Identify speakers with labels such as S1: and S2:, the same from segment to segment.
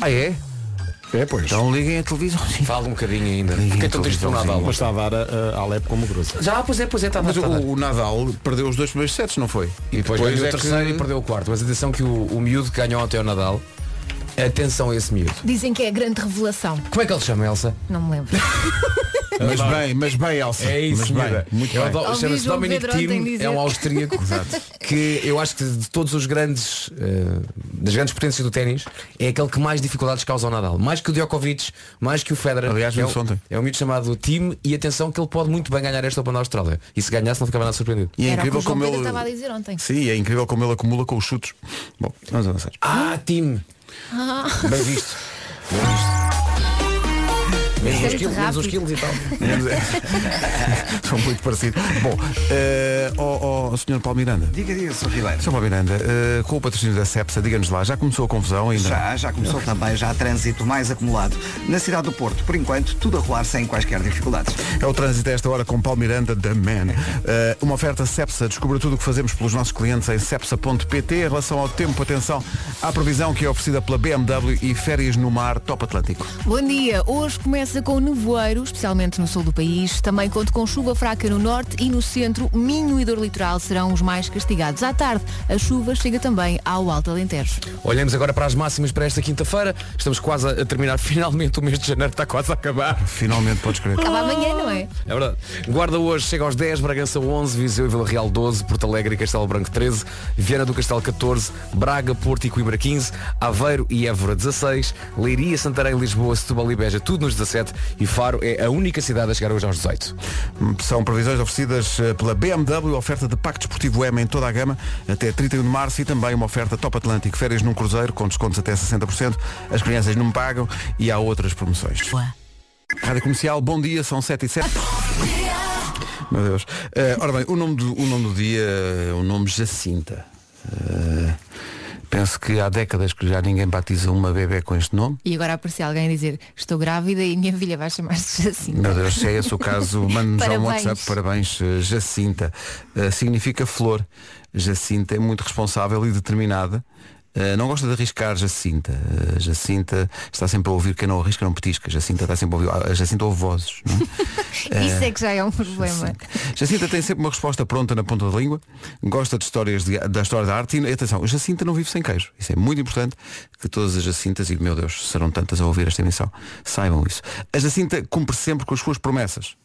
S1: Ah, é?
S2: É, pois.
S1: Então liguem a televisão. Sim.
S3: Fala um bocadinho ainda. Fiquei tão triste por Nadal.
S2: Mas está a dar a, a Alep como grosso.
S3: Já, pois é, pois é, está
S1: Mas o, o Nadal perdeu os dois primeiros sets, não foi?
S3: E depois, ganhou
S1: é
S3: o terceiro e perdeu o quarto. Mas atenção que o, o miúdo que ganhou ontem ao Nadal. Atenção a esse miúdo.
S4: Dizem que é a grande revelação.
S3: Como é que ele se chama, Elsa?
S4: Não me lembro.
S2: Mas bem, mas bem, Elsa. mas bem.
S3: É miúda.
S2: Muito
S3: É o
S2: bem.
S3: do-
S4: Ouvi
S3: Chama-se
S4: João
S3: Dominic
S4: Pedro ontem
S3: Thiem,
S4: dizer.
S3: é um austríaco que eu acho que de todos os grandes eh, das grandes potências do ténis é aquele que mais dificuldades causa ao Nadal. Mais que o Djokovic, mais que o Federer.
S1: Aliás,
S3: é,
S1: viu-se
S3: um,
S1: ontem.
S3: é um miúdo chamado Tim e atenção que ele pode muito bem ganhar esta Open da Austrália. E se ganhasse não ficava nada surpreendido.
S1: E é
S4: Era o que o
S1: incrível
S4: João
S1: como
S4: Pedro
S1: ele.
S4: estava a dizer ontem.
S1: Sim, é incrível como ele acumula com os chutes. Bom, vamos avançar.
S3: Ah, Tim!
S4: Ah.
S3: Bem visto. Bem
S4: Isso é
S3: visto. Menos uns
S4: muito
S3: quilos, menos uns
S4: rápido.
S3: quilos e tal.
S1: São muito parecidos. Bom, eh, ó ó, Sr. Paulo Miranda.
S5: Diga, diga, Sr. Ribeiro.
S1: Sr. Paulo Miranda, eh, com o patrocínio da Cepsa, diga-nos lá, já começou a confusão ainda?
S5: Já, já começou também, já há trânsito mais acumulado. Na cidade do Porto, por enquanto, tudo a rolar sem quaisquer dificuldades.
S1: É o trânsito a esta hora com Paulo Miranda da Man. Eh, uma oferta Cepsa. Descubra tudo o que fazemos pelos nossos clientes em cepsa.pt. Em relação ao tempo, atenção à previsão que é oferecida pela BMW e férias no mar Top Atlântico.
S4: Bom dia. Hoje começa com nevoeiro, especialmente no sul do país. Também conto com chuva fraca no norte e no centro. Minho e dor litoral serão os mais castigados. À tarde, a chuva chega também ao Alto Alentejo.
S3: Olhamos agora para as máximas para esta quinta-feira. Estamos quase a terminar. Finalmente o mês de janeiro está quase a acabar.
S1: Finalmente podes crer.
S4: Acaba amanhã, não é?
S3: É verdade. Guarda hoje chega aos 10, Bragança 11, Viseu e Vila Real 12, Porto Alegre e Castelo Branco 13, Viana do Castelo 14, Braga, Porto e Coimbra 15, Aveiro e Évora 16, Leiria, Santarém, Lisboa, Setúbal e Beja tudo nos 17 e Faro é a única cidade a chegar hoje aos 18.
S1: São previsões oferecidas eh, pela BMW, oferta de Pacto Desportivo M em toda a gama, até 31 de março e também uma oferta Top Atlântico, férias num cruzeiro, com descontos até 60%. As crianças não pagam e há outras promoções. Rádio Comercial, bom dia, são 7 e 7. Meu Deus. Eh, ora bem, o nome, do, o nome do dia é o nome Jacinta. Eh, penso que há décadas que já ninguém batiza uma bebê com este nome.
S4: E agora aparece alguém a dizer estou grávida e minha filha vai chamar-se assim." Jacinta.
S1: Meu Deus, se é esse o caso, mande-nos já um
S4: Parabéns.
S1: WhatsApp, parabéns, eh, Jacinta. Eh, significa flor. Jacinta é muito responsável e determinada. Eh, não gosta de arriscar Jacinta. Eh, Jacinta está sempre a ouvir quem não arrisca não petisca. Jacinta está sempre a ouvir. Ah, A Jacinta ouve vozes. não é?
S4: Isso é que já é um problema.
S1: Jacinta. Jacinta tem sempre uma resposta pronta na ponta da língua, gosta de histórias de- da história da arte e atenção, Jacinta não vive sem queijo. Isso é muito importante que todas as Jacintas, e meu Deus, serão tantas a ouvir esta emissão, saibam isso. A Jacinta cumpre sempre com as suas promessas.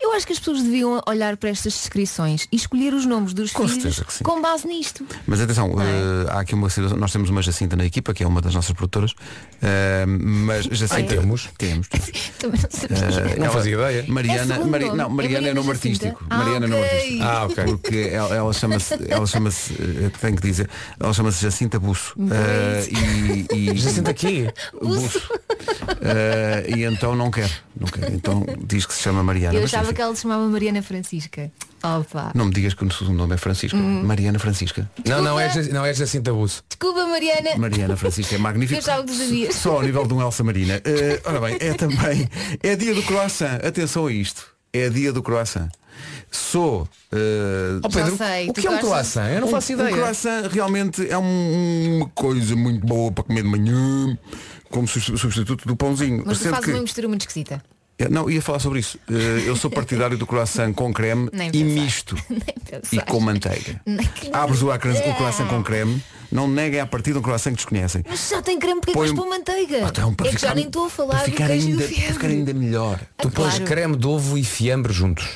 S4: Eu acho que as pessoas deviam olhar para estas descrições e escolher os nomes dos
S1: Com
S4: filhos
S1: certeza que sim.
S4: com base nisto.
S1: Mas atenção,
S4: é?
S1: eh, há aqui uma situação, nós temos uma Jacinta na equipa, que é uma das nossas produtoras, eh, mas Jacinta.
S3: Ah, é? Temos?
S1: Temos. temos.
S4: Também não sabia.
S3: Não
S1: Ela-
S3: fazia ideia.
S1: Mariana,
S4: É segundo
S1: Mari-
S4: nome?
S1: não,
S4: É
S1: Mariana é,
S4: Mariana
S1: nome
S4: Jacinta?
S1: artístico.
S4: Ah,
S1: Mariana é nome
S4: ok.
S1: artístico.
S3: Ah, ok.
S1: Porque ela, ela chama-se, ela chama-se, eh, tenho que dizer, ela chama-se Jacinta Busso. Eh, e, e-
S3: Jacinta aqui?
S1: Busso. Eh, e então não quer, não quer. Então diz que se chama Mariana.
S4: Eu
S1: mas
S4: achava
S1: enfim.
S4: que ela se chamava Mariana Francisca. Opa.
S1: Não me digas que o segundo nome é Francisca.
S4: Uhum.
S1: Mariana Francisca.
S3: Não, não é, Jac- não é Jacinta Busso.
S4: Desculpa, Mariana.
S1: Mariana Francisca é
S4: Eu
S1: magnífico.
S4: achava que tu sabias.
S1: Só ao nível de um Elsa Marina. Eh, ora bem, é também. É dia do croissant. Atenção a isto. É dia do croissant. Sou. eh,
S3: Oh, Pedro,
S4: sei,
S3: o
S4: tu
S3: que é um
S4: gostas?
S3: croissant? Eu não faço
S1: um
S3: ideia.
S1: croissant realmente é um- uma coisa muito boa para comer de manhã, como su- substituto do pãozinho.
S4: Mas tu
S1: Sendo
S4: fazes
S1: que-
S4: uma mistura muito esquisita.
S1: Eh, Não, ia falar sobre isso. Eh, eu sou partidário do croissant com creme
S4: Nem
S1: e
S4: pensar.
S1: misto.
S4: Nem
S1: E
S4: pensar.
S1: com manteiga.
S4: Nem que-
S1: Abres o, acre- o croissant com creme, não neguem à partida um croissant que desconhecem.
S4: Mas já tem creme porque é que
S1: Põe-
S4: vais pôr manteiga.
S1: Ah, então, para
S4: é que já
S1: ficar-
S4: nem estou a falar
S1: para
S4: do
S1: ficar
S4: queijo e
S1: ainda,
S4: do
S1: para ficar ainda
S4: fiambre.
S1: melhor.
S4: Ah,
S3: Tu pões
S4: claro.
S3: creme de ovo e fiambre juntos.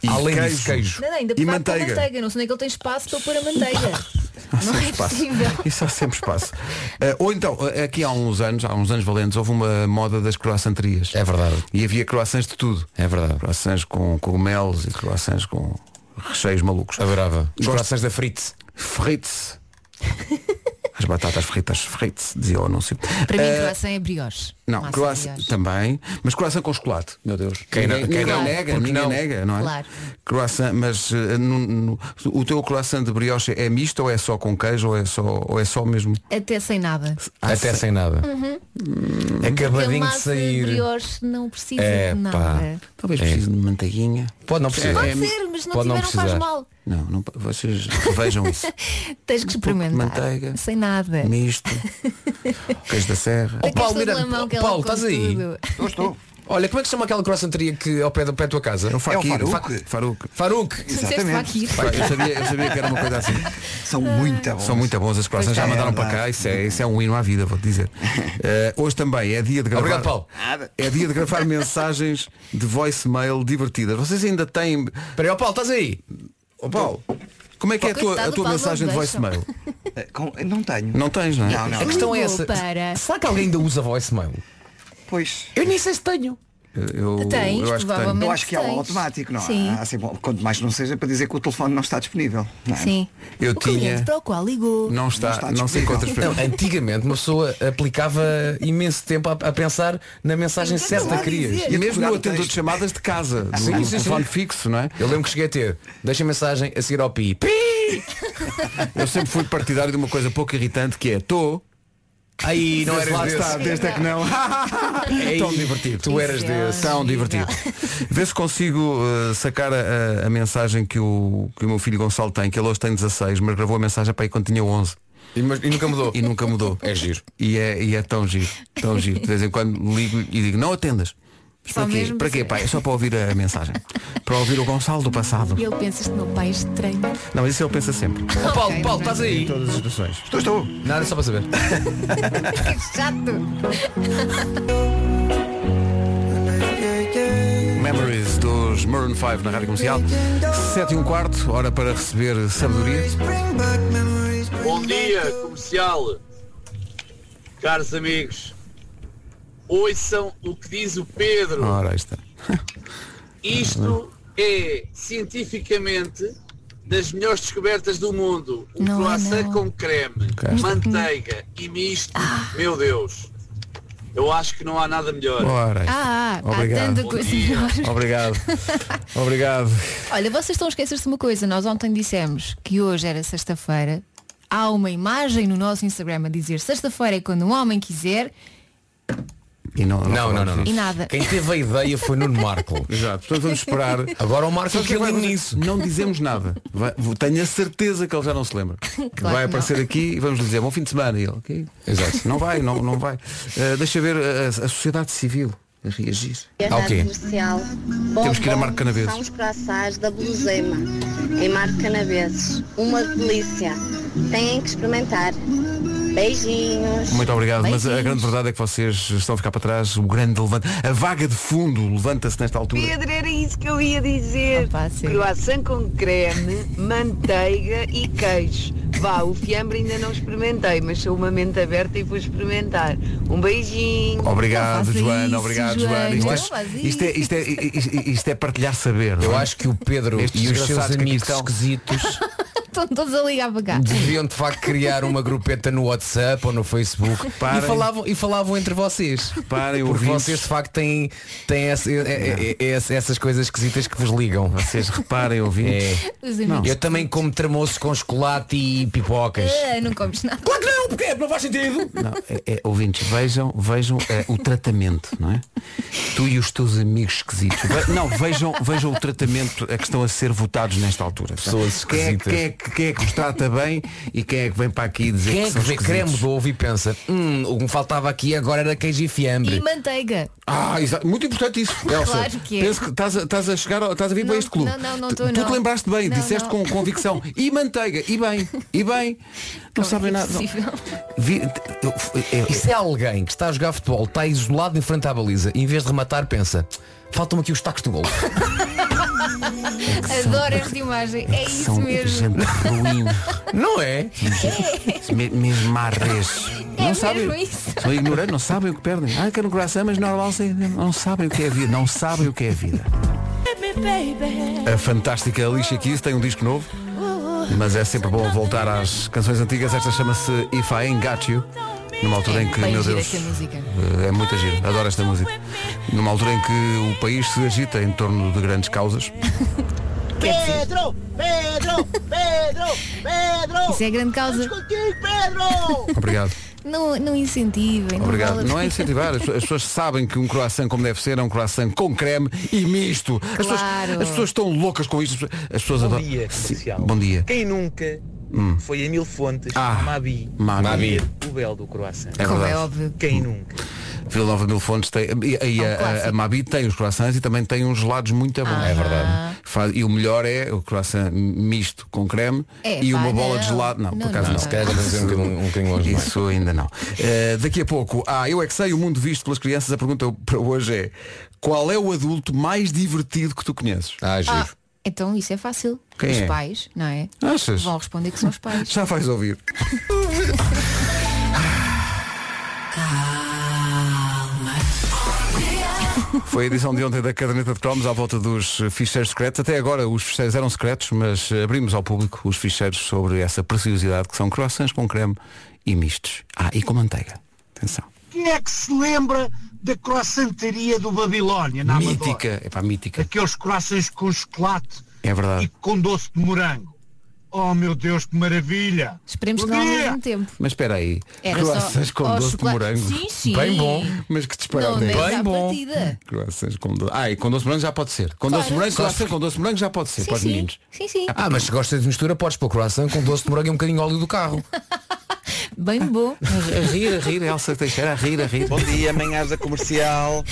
S1: E
S3: Além
S1: queijo.
S3: disso, queijo.
S4: Não, não, ainda
S1: E
S4: e manteiga.
S1: manteiga.
S4: manteiga. Não sei nem que ele tem espaço para pôr a manteiga. não é possível.
S1: Isso há sempre espaço. Eh, ou então, eh, aqui há uns anos, há uns anos valentes, houve uma moda das croissanterias.
S3: É verdade.
S1: E havia croissants de tudo.
S3: É verdade.
S1: Croissants com cogumelos e croissants com recheios malucos.
S3: Adorava. Os
S1: Gosto-
S3: corações da Fritz.
S1: Frites. As batatas fritas, frites, dizia o anúncio.
S4: Para mim,
S1: Eh,
S4: croissant é brioche.
S1: Não,
S4: Massa
S1: croissant
S4: brioche.
S1: também, mas croissant com chocolate. Meu Deus. Quem
S3: não-
S1: ninguém,
S3: quem
S1: ninguém
S4: não?
S1: nega,
S3: Porque
S1: ninguém
S3: não?
S1: nega, não é?
S4: Claro.
S1: Croissant, mas eh, no- no- o teu croissant de brioche é misto ou é só com queijo ou é só, ou é só mesmo?
S4: Até sem nada.
S1: Ah,
S3: Até
S1: sim.
S3: sem nada.
S4: Uhum.
S3: Hum.
S4: Porque a
S3: Acabadinho de
S4: massa é
S3: sair.
S4: brioche não precisa
S3: É,
S4: de
S3: pá.
S4: nada.
S1: É. Talvez precise de manteiguinha.
S3: Pode não precisar.
S1: É,
S4: Pode ser, mas não
S3: Pode não
S4: tiveram faz
S3: precisar.
S4: mal.
S1: Não, não pa- vocês vejam isso.
S4: Tens que experimentar.
S1: manteiga.
S4: Sem nada.
S1: Misto, queijo da serra.
S3: Oh, Paulo,
S4: Aquele
S3: mira,
S4: limão que ela
S3: Paulo,
S4: come
S3: estás aí?
S4: tudo.
S5: Estou, estou.
S3: Olha, como é que se chama aquela croissanteria que ao pé do pé da tua casa?
S1: É o Faquir.
S5: É o
S1: Faquir. Faruque.
S3: Faruque.
S4: Tu disseste
S5: Exatamente.
S4: Fakir.
S1: Pá, Eu sabia, eu sabia que era uma coisa assim.
S5: São
S4: Ah.
S5: muito bons.
S1: São muito bons as croissants, já
S5: é,
S1: mandaram
S5: é
S1: para cá,
S5: verdade.
S1: isso é, isso é um hino à vida, vou dizer. Eh, hoje também é dia de gravar.
S3: Obrigado, Paulo.
S5: Nada.
S1: É dia de gravar mensagens de voicemail divertidas. Vocês ainda têm.
S3: Peraí, ó Paulo, estás aí?
S1: Oh, Paulo, como é que é a tua, a
S4: Coitado,
S1: tua
S4: Paulo,
S1: mensagem de
S4: não deixam.
S1: voicemail?
S5: Eh, com- Não tenho.
S1: Não tens, não é?
S5: Não, não.
S3: A questão é
S4: Ligou
S3: essa.
S4: para-
S3: Será que alguém ainda usa voicemail?
S5: Pois.
S3: Eu nem sei se tenho.
S1: Eu, eu acho
S4: Tens,
S1: que tenho.
S4: provavelmente.
S5: Eu acho que é
S4: tens.
S5: o automático, não é?
S4: Sim.
S5: Há, assim, bom, quanto mais não seja para dizer que o telefone não está disponível. Não é?
S4: Sim.
S1: Eu
S4: o cliente
S1: tinha-
S4: para o qual ligou.
S1: Não
S5: Não
S1: está,
S5: está
S1: não sei
S5: disponível.
S1: quantas pessoas.
S3: antigamente uma pessoa aplicava imenso tempo a, a pensar na mensagem
S4: Sim,
S3: certa que
S4: verdade,
S3: querias.
S4: dizer.
S1: E
S5: E
S1: mesmo
S5: procurar
S1: no
S5: o
S1: atendor
S5: texto.
S1: de chamadas de casa, do
S3: Ah, Sim,
S1: do
S3: sim, sim.
S1: telefone fixo, não é?
S3: Eu lembro que cheguei a ter. Deixa a mensagem a seguir ao pi. Pi!
S1: Eu sempre fui partidário de uma coisa pouco irritante que é estou.
S3: Aí não
S1: Mas
S3: eras
S1: lá
S3: desse.
S1: está, desde é que não.
S3: Ei,
S1: Tão divertido.
S3: Tu eras
S4: Isso é
S3: desse.
S1: Tão
S4: Horrível.
S1: divertido. Vê se consigo uh, sacar a, a mensagem que o, que o meu filho Gonçalo tem, que ele hoje tem 16, mas gravou a mensagem para aí quando tinha 11
S3: E, mas- e nunca mudou.
S1: e nunca mudou.
S3: É giro.
S1: E é, e é tão giro, tão giro. De vez em quando ligo e digo, não atendas. Mas
S4: Só
S1: para quê? Para
S4: mesmo para
S1: quê,
S4: saber.
S1: pai? É só para ouvir a mensagem. Para ouvir o Gonçalo do passado.
S4: E ele pensa, este meu pai é estranho.
S1: Não, mas isso ele pensa sempre.
S3: Ó, Paulo,
S4: Ok,
S3: Paulo,
S4: não Então-
S3: estás aí?
S1: Todas as situações.
S5: Estou, estou.
S3: Nada, só para saber.
S4: Que chato.
S1: Memories dos Maroon 5 na Rádio Comercial. 7 e um quarto, hora para receber sabedoria.
S6: Bom dia, comercial. Caros amigos, ouçam o que diz o Pedro.
S1: Ora, aí está.
S6: Isto é cientificamente das melhores descobertas do mundo. O
S4: Não é,
S6: croissant
S4: não.
S6: com creme,
S1: Cá está.
S6: manteiga e misto. Meu Deus. Eu acho que não há nada melhor.
S1: Ora, aí está.
S4: Ah, ah, há
S1: Obrigado.
S4: tanta coisa
S6: Bom dia.
S4: melhor.
S1: Obrigado. Obrigado.
S4: Olha, vocês estão a esquecer-se de uma coisa. Nós ontem dissemos que hoje era sexta-feira. Há uma imagem no nosso Instagram a dizer sexta-feira é quando um homem quiser
S1: E não,
S3: Não, não,
S1: falamos
S3: não. não.
S1: disso.
S4: E nada.
S3: Quem teve a ideia foi Nuno Marco.
S1: Exato. Portanto, vamos esperar.
S3: Agora o Marco
S1: Sabe o que é que vai
S3: Aquilino
S1: acontecer?
S3: nisso.
S1: Não dizemos nada. Vai- vou- tenho a certeza que ele já não se lembra.
S4: Claro
S1: vai
S4: que
S1: aparecer aqui e vamos lhe dizer bom fim de semana. E ele, ok?
S3: Exato.
S1: Não vai, não, não vai. Eh, deixa ver a, a sociedade civil a reagir.
S3: Ah, o quê?
S7: Comercial. É Bom,
S1: Temos que ir a
S7: bom,
S1: Marco Canaveses.
S7: São os croissants da Blusema, em Marco Canaveses. Uma delícia. Têm que experimentar. Beijinhos.
S1: Muito obrigado, mas a
S4: Beijinhos.
S1: grande verdade é que vocês estão a ficar para trás. O grande levante, a vaga de fundo levanta-se nesta altura.
S8: Pedro, era isso que eu ia dizer.
S4: Opa, sim.
S8: Croissant com creme, manteiga e queijo. Vá, o fiambre ainda não experimentei, mas sou uma mente aberta e vou experimentar. Um beijinho.
S1: Obrigado,
S4: Não faça
S1: Joana.
S4: isso,
S1: obrigado,
S4: Joana.
S1: Joana. Isto
S4: Não
S1: é,
S4: faz isso.
S1: isto, é, isto, é, isto- isto é partilhar saber. não
S3: Eu
S1: é?
S3: acho que o Pedro
S1: Estes
S3: e os seus
S1: desgraçados que aqui
S3: amigos
S1: estão.
S3: esquisitos
S4: estão todos a ligar para cá.
S3: deviam de facto criar uma grupeta no WhatsApp ou no Facebook e
S1: Parem.
S3: falavam, e falavam entre vocês.
S1: Parem,
S3: Porque
S1: ouvintes.
S3: vocês de facto têm, têm essa- é- é- é- é- essas coisas esquisitas que vos ligam.
S1: Vocês reparem, ouvintes.
S3: É.
S4: Os amigos.
S3: Eu também como tramoço com chocolate e pipocas.
S4: Ah, não comes nada.
S3: Claro que não, porque não faz sentido.
S1: é, Não, é- é, ouvintes, vejam, vejam é, o tratamento, não é? Tu e os teus amigos esquisitos. Ve- não, vejam, vejam o tratamento a que estão a ser votados nesta altura.
S3: Pessoas
S1: Quem é,
S3: esquisitas.
S1: quem, é, que- quem é que os trata bem e quem é que vem para aqui dizer
S3: Quem
S1: que
S3: é que
S1: são
S3: vê creme
S1: esquisitos?
S3: de ovo e pensa, hum, o que me faltava aqui agora era queijo e
S4: E
S3: fiambre.
S4: manteiga.
S1: Ah, exa- muito importante isso. Elsa,
S4: Claro que é.
S1: Penso que estás a, estás a chegar, ao- estás a vir para
S4: Não,
S1: este clube.
S4: não, não, não
S1: Tu-
S4: estou,
S1: Tu
S4: não.
S1: te lembraste bem,
S4: Não,
S1: disseste
S4: não.
S1: com um convicção. E manteiga, e bem, e bem. Não
S4: Como
S1: sabem
S4: é
S1: nada. não.
S4: possível?
S1: Vi- É, eu- eu-
S3: E se é alguém que está a jogar futebol, está isolado em frente à baliza e em vez de rematar pensa, faltam aqui os tacos do gol.
S4: Adoro esta imagem. É isso
S1: são
S4: mesmo.
S1: gente ruim.
S3: não é?
S1: Me- Mesmo marres.
S4: É
S1: não
S4: mesmo
S1: sabem.
S4: isso.
S1: São ignorantes, não sabem o que perdem. Ah, quero coração, mas normal sim, não sabem o que é a vida. Não sabem o que é a vida. A fantástica Alicia Keys tem um disco novo. Mas é sempre bom voltar às canções antigas. Esta chama-se If I Ain't Got You. Numa altura em que,
S4: É bem
S1: meu
S4: gira
S1: Deus,
S4: esta música.
S1: eh, é muito giro, adoro esta música. Numa altura em que o país se agita em torno de grandes causas.
S9: Pedro, Pedro, Pedro, Pedro.
S4: Isso é grande causa.
S9: Contigo, Pedro.
S1: Obrigado.
S4: Não, não incentivem. não
S1: Obrigado.
S4: vale a
S1: Não é
S4: pena.
S1: incentivar, as pessoas- as pessoas sabem que um croissant como deve ser é um croissant com creme e misto. As, pessoas,
S4: Claro.
S1: as pessoas estão loucas com isto. As pessoas
S10: Bom
S1: adoram.
S3: é
S10: dia,
S1: Sim,
S10: comercial.
S1: Bom dia.
S10: Quem nunca foi a Mil Fontes,
S1: Hum. Ah,
S10: Mabi,
S1: Mabi.
S10: comer o belo do croissant?
S1: É
S4: Como
S1: verdade.
S4: é óbvio.
S10: Quem
S1: Hum.
S10: nunca?
S1: Vila Nova de Mil Fontes tem. E, e
S4: É um
S1: a- a,
S4: clássico.
S1: a Mabi tem os croissants e também tem uns gelados muito bons.
S4: É verdade.
S1: Faz- e o melhor é o croissant misto com creme
S4: É,
S1: e
S4: pá,
S1: uma bola de
S4: não.
S1: gelado. Não,
S4: Não,
S1: por acaso
S4: não.
S1: não.
S3: Se calhar já estamos a ir um bocadinho- um bocadinho longe demais.
S1: Isso ainda não. Eh, daqui a pouco, ah, eu é que sei, o mundo visto pelas crianças, a pergunta para hoje é qual é o adulto mais divertido que tu conheces?
S3: Ah, giro.
S4: Ah, então isso é fácil.
S1: Quem
S4: os
S1: é?
S4: pais, não é?
S1: Achas?
S4: Vão responder que são os pais.
S1: Já vais ouvir. Foi a edição de ontem da caderneta de cromos à volta dos eh, ficheiros secretos. Até agora os ficheiros eram secretos, mas eh, abrimos ao público os ficheiros sobre essa preciosidade que são croissants com creme e mistos. Ah, e com manteiga. Atenção.
S9: Quem é que se lembra da croissantaria do Babilónia, na Amadora?
S1: mítica. É para mítica.
S9: Aqueles croissants com chocolate
S1: É verdade.
S9: e com doce de morango. Oh meu Deus, que maravilha!
S4: Esperemos que
S9: Bom
S4: não ao
S9: dia.
S4: mesmo tempo.
S1: Mas espera aí.
S4: Era
S1: croissants
S4: só
S1: com
S4: ao
S1: doce de
S4: chocolate.
S1: morango.
S4: Sim, sim.
S1: Bem bom. Mas que disparate
S4: Não,
S1: é
S4: deve
S1: esse?
S4: à partida.
S1: Croissants com doce. Ah, e com doce de morango já pode ser. Com doce de morango, croissant com doce de morango já pode ser. para os
S4: Sim, sim.
S1: meninos.
S4: Sim, sim.
S3: Ah, mas se gostas de mistura, podes pôr croissant com doce de morango e um bocadinho de óleo do carro.
S4: Bem bom.
S1: A É rir, a rir, Elsa Teixeira, a rir, a rir.
S10: Bom dia, manhãs da comercial.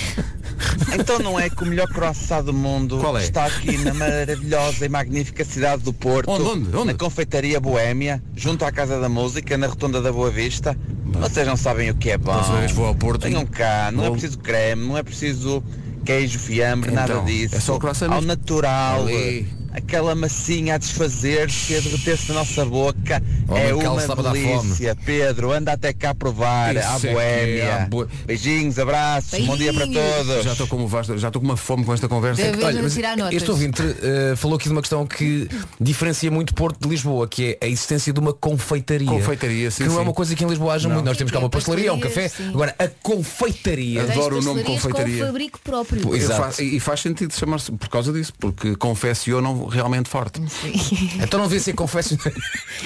S10: Então não é que o melhor croissant do mundo
S1: Qual é?
S10: está aqui na maravilhosa e magnífica cidade do Porto,
S1: Onde, onde, onde?
S10: na confeitaria Boémia, junto à Casa da Música, na Rotunda da Boa Vista. Vocês não sabem o que é bom.
S1: Próxima vez vou ao Porto.
S10: Venham cá, não é
S1: Vou-
S10: preciso creme, não é preciso queijo, fiambre, nada
S1: Então,
S10: disso.
S1: é só o croissant
S10: Ao
S1: mesmo.
S10: natural.
S1: Ali.
S10: Aquela massinha a desfazer-se, a derreter-se na nossa boca.
S3: Homem,
S10: é
S3: aquela
S10: uma
S3: estava a dar fome.
S10: delícia. Pedro, anda até cá provar.
S1: Isso
S10: À
S1: é que é à
S10: Boémia.
S1: Boé-
S10: Beijinhos, abraços, bom dia para
S4: Beijinhos.
S10: todos.
S1: Já estou com, já estou com uma fome com esta conversa.
S4: Deve
S3: Olha, mas
S4: tirar notas.
S3: este ouvinte eh, falou aqui de uma questão que diferencia muito Porto de Lisboa, que é a existência de uma confeitaria.
S1: Confeitaria, sim,
S3: Que não
S1: sim.
S3: é uma coisa que em Lisboa haja muito. Nós temos cá uma pastelaria, um café.
S4: Sim.
S3: Agora, a confeitaria.
S1: Adoro
S4: Tens
S1: o nome
S4: pastelarias
S1: confeitaria.
S4: Com fabrico próprio.
S1: Eu
S3: Exato.
S1: faço- e faz sentido chamar-se por causa disso, porque confessionam realmente forte.
S4: Sim.
S3: Então não devia ser confessionária.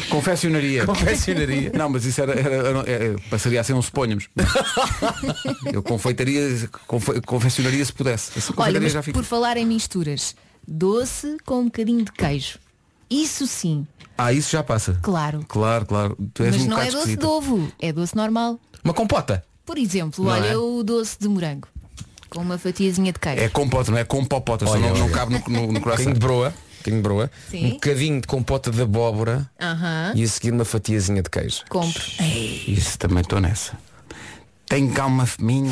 S1: Confessionaria.
S3: Confessionaria.
S1: Não, mas isso era, era- era- era- passaria a ser um suponhamos. Eu confeitaria, confe, confeccionaria se pudesse. Essa
S4: Olha,
S1: confeitaria
S4: mas
S1: já fica.
S4: por falar em misturas, doce com um bocadinho de queijo. Isso sim,
S1: Ah, isso já passa.
S4: claro.
S1: Claro, claro. Tu és
S4: Mas
S1: um
S4: não é
S1: bocado
S4: doce de
S1: esquisita.
S4: ovo, é doce normal.
S3: Uma compota.
S4: Por exemplo,
S1: Não
S4: olha
S1: é?
S4: o doce de morango com uma fatiazinha de queijo.
S1: É compota, não é compopota, só
S3: Olha,
S1: não, não
S3: olha.
S1: cabe no, no, no
S3: Um
S1: coração.
S3: bocadinho de broa. um bocadinho de broa.
S4: Sim.
S3: Um bocadinho de compota de abóbora.
S4: Aham.
S3: E a seguir uma fatiazinha de queijo.
S4: Compro.
S1: Isso também estou nessa. Tem cá uma feminha.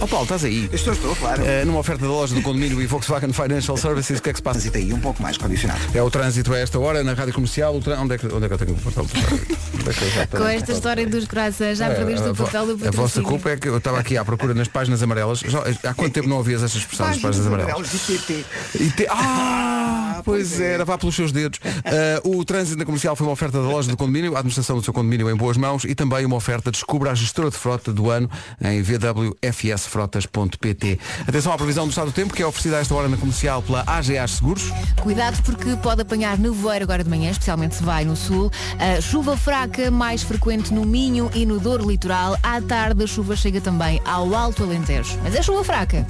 S1: oh Paulo, estás aí.
S5: Estou, estou, claro.
S1: Eh, numa oferta da loja do condomínio e Volkswagen Financial Services, o que é que se passa?
S5: Trânsito aí um pouco mais condicionado.
S1: É o trânsito a esta hora na rádio comercial. O tra- onde, é que, onde é que eu tenho que portar o Onde é que eu já tenho?
S4: Com esta história dos croissants, já perdeste
S1: É, A
S4: o
S1: vo-
S4: papel do
S1: A
S4: patrocínio.
S1: vossa culpa é que eu estava aqui à procura nas páginas amarelas. Já- há quanto tempo não ouvias esta expressão das páginas amarelas?
S5: do TT.
S1: E te- Ah, pois
S4: é.
S1: era, vá pelos seus dedos. Ah, o trânsito na comercial foi uma oferta da loja do condomínio, a administração do seu condomínio em boas mãos e também uma oferta descubra a gestora de frota do ano em vwfsfrotas.pt. Atenção à previsão do estado do tempo que é oferecida a esta hora na comercial pela AGA Seguros.
S4: Cuidado porque pode apanhar nevoeiro agora de manhã, especialmente se vai no sul. A chuva fraca mais frequente no Minho e no Douro Litoral. À tarde a chuva chega também ao Alto Alentejo. Mas é chuva fraca.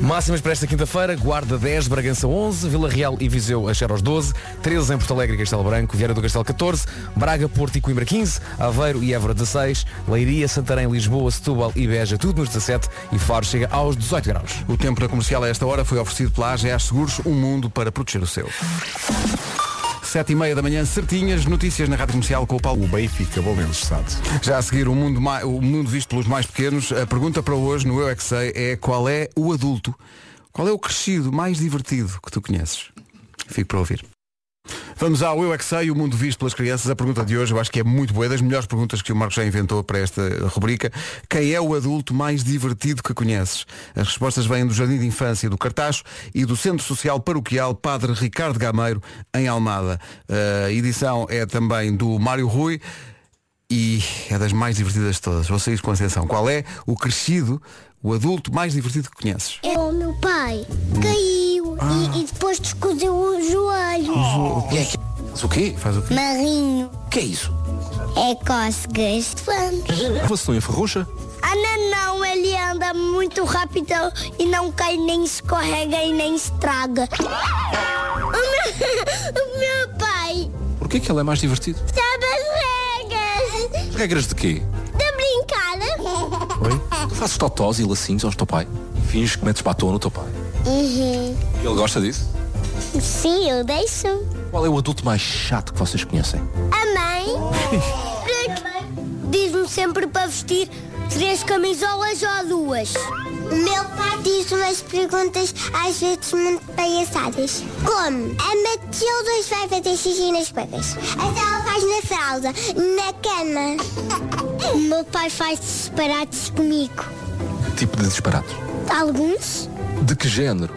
S3: Máximas para esta quinta-feira, Guarda 10, Bragança 11, Vila Real e Viseu a chegar aos 12, 13 em Porto Alegre e Castelo Branco, Vieira do Castelo 14, Braga, Porto e Coimbra 15, Aveiro e Évora 16, Leiria, Santarém, Lisboa, Setúbal e Beja tudo nos 17 e Faro chega aos 18 graus.
S1: O tempo na comercial a esta hora foi oferecido pela AGA Seguros, um mundo para proteger o seu. Sete e meia da manhã, certinhas, notícias na Rádio Comercial com o Paulo.
S2: O Benfica, bom menos sabe.
S1: Já a seguir, o mundo, mai- o mundo visto pelos mais pequenos, a pergunta para hoje no Eu é Que Sei é qual é o adulto, qual é o crescido mais divertido que tu conheces? Fico para ouvir. Vamos ao Eu é Que Sei, o mundo visto pelas crianças. A pergunta de hoje eu acho que é muito boa, é das melhores perguntas que o Marcos já inventou para esta rubrica. Quem é o adulto mais divertido que conheces? As respostas vêm do Jardim de Infância do Cartacho e do Centro Social Paroquial Padre Ricardo Gameiro, em Almada. A edição é também do Mário Rui e é das mais divertidas de todas. Vocês com atenção, qual é o crescido, o adulto mais divertido que conheces?
S11: É
S9: O meu
S1: Ah.
S9: pai caiu e, depois descozeu o joelho.
S1: O- Faz o quê? Faz o quê?
S11: Marrinho.
S1: O que é isso?
S11: É cócegas. Vamos.
S1: Avassou em ferrucha?
S11: Ah, não, não, ele anda muito rápido e não cai, nem escorrega e nem estraga. O meu, o meu pai
S12: Porquê que ele é mais divertido?
S11: sabe as regras
S12: Regras de quê?
S11: de brincar.
S12: Tu fazes totós e lacinhos ao teu pai? Finges que metes batom no teu pai?
S11: Uhum.
S12: E ele gosta disso?
S11: Sim, eu deixo.
S12: Qual é o adulto mais chato que vocês conhecem?
S11: A mãe Porque diz-me sempre para vestir três camisolas ou duas. Meu pai diz umas perguntas às vezes muito palhaçadas. Como? A Matilda vai fazer xixi nas cuecas. A Sela faz na fralda, na cama. O meu pai faz disparates comigo.
S12: Que tipo de disparados?
S11: Alguns?
S12: De que género?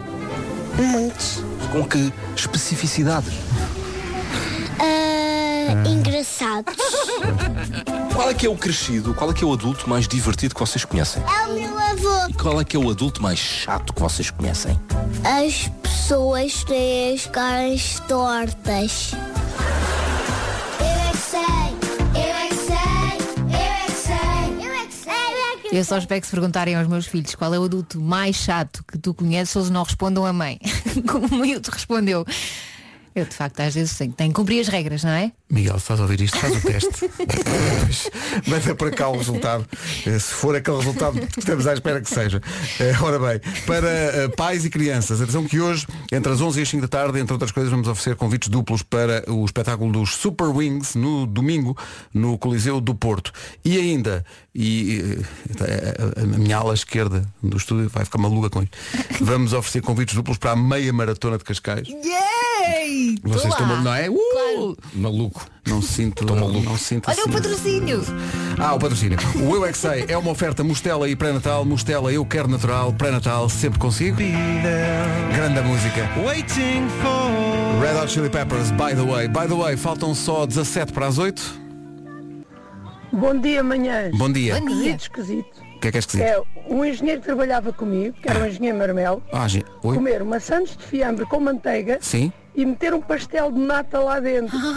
S11: Muitos.
S12: Com que especificidades?
S11: Ah, Engraçados.
S12: Qual é que é o crescido, qual é que é o adulto mais divertido que vocês conhecem?
S11: É o meu avô.
S12: Qual é que é o adulto mais chato que vocês conhecem?
S11: As pessoas têm as caras tortas. Eu é que sei, eu é que sei, eu é que sei, eu é que sei.
S4: Eu só espero que se perguntarem aos meus filhos qual é o adulto mais chato que tu conheces, eles não respondam a mãe. Como o miúdo respondeu. Eu, de facto, às vezes tenho, tenho que cumprir as regras, não é?
S1: Miguel, se estás a ouvir isto, faz o teste. Pois, Manda para cá o resultado. eh, Se for aquele resultado que estamos à espera que seja. Eh, Ora bem, para eh, pais e crianças, atenção que hoje, entre as 11 e as 5 da tarde, entre outras coisas, vamos oferecer convites duplos para o espetáculo dos Super Wings no domingo, no Coliseu do Porto. E ainda, e eh, a- a a minha ala esquerda do estúdio vai ficar maluca com isto. Vamos oferecer convites duplos para a meia maratona de Cascais.
S4: Yay! Tô
S1: Vocês estão
S4: lá.
S1: mal- não é? Uh! Maluco. Não sinto. maluco. Não sinto
S4: Olha o
S1: assim.
S4: patrocínio!
S1: Ah, o patrocínio. O Eu é que sei é uma oferta Mostela e pré-natal. Mostela eu quero natural, pré-natal sempre consigo. Grande música. Red Hot Chili Peppers, by the way. By the way, faltam só 17 para as 8.
S13: Bom dia, manhã.
S1: Bom dia.
S13: Esquisito, esquisito.
S1: O que é que é esquisito?
S13: É, um engenheiro que trabalhava comigo, que era um engenheiro marmelo,
S1: Ah, gente. Oi?
S13: comer maçãs de fiambre com manteiga
S1: Sim?
S13: e meter um pastel de nata lá dentro.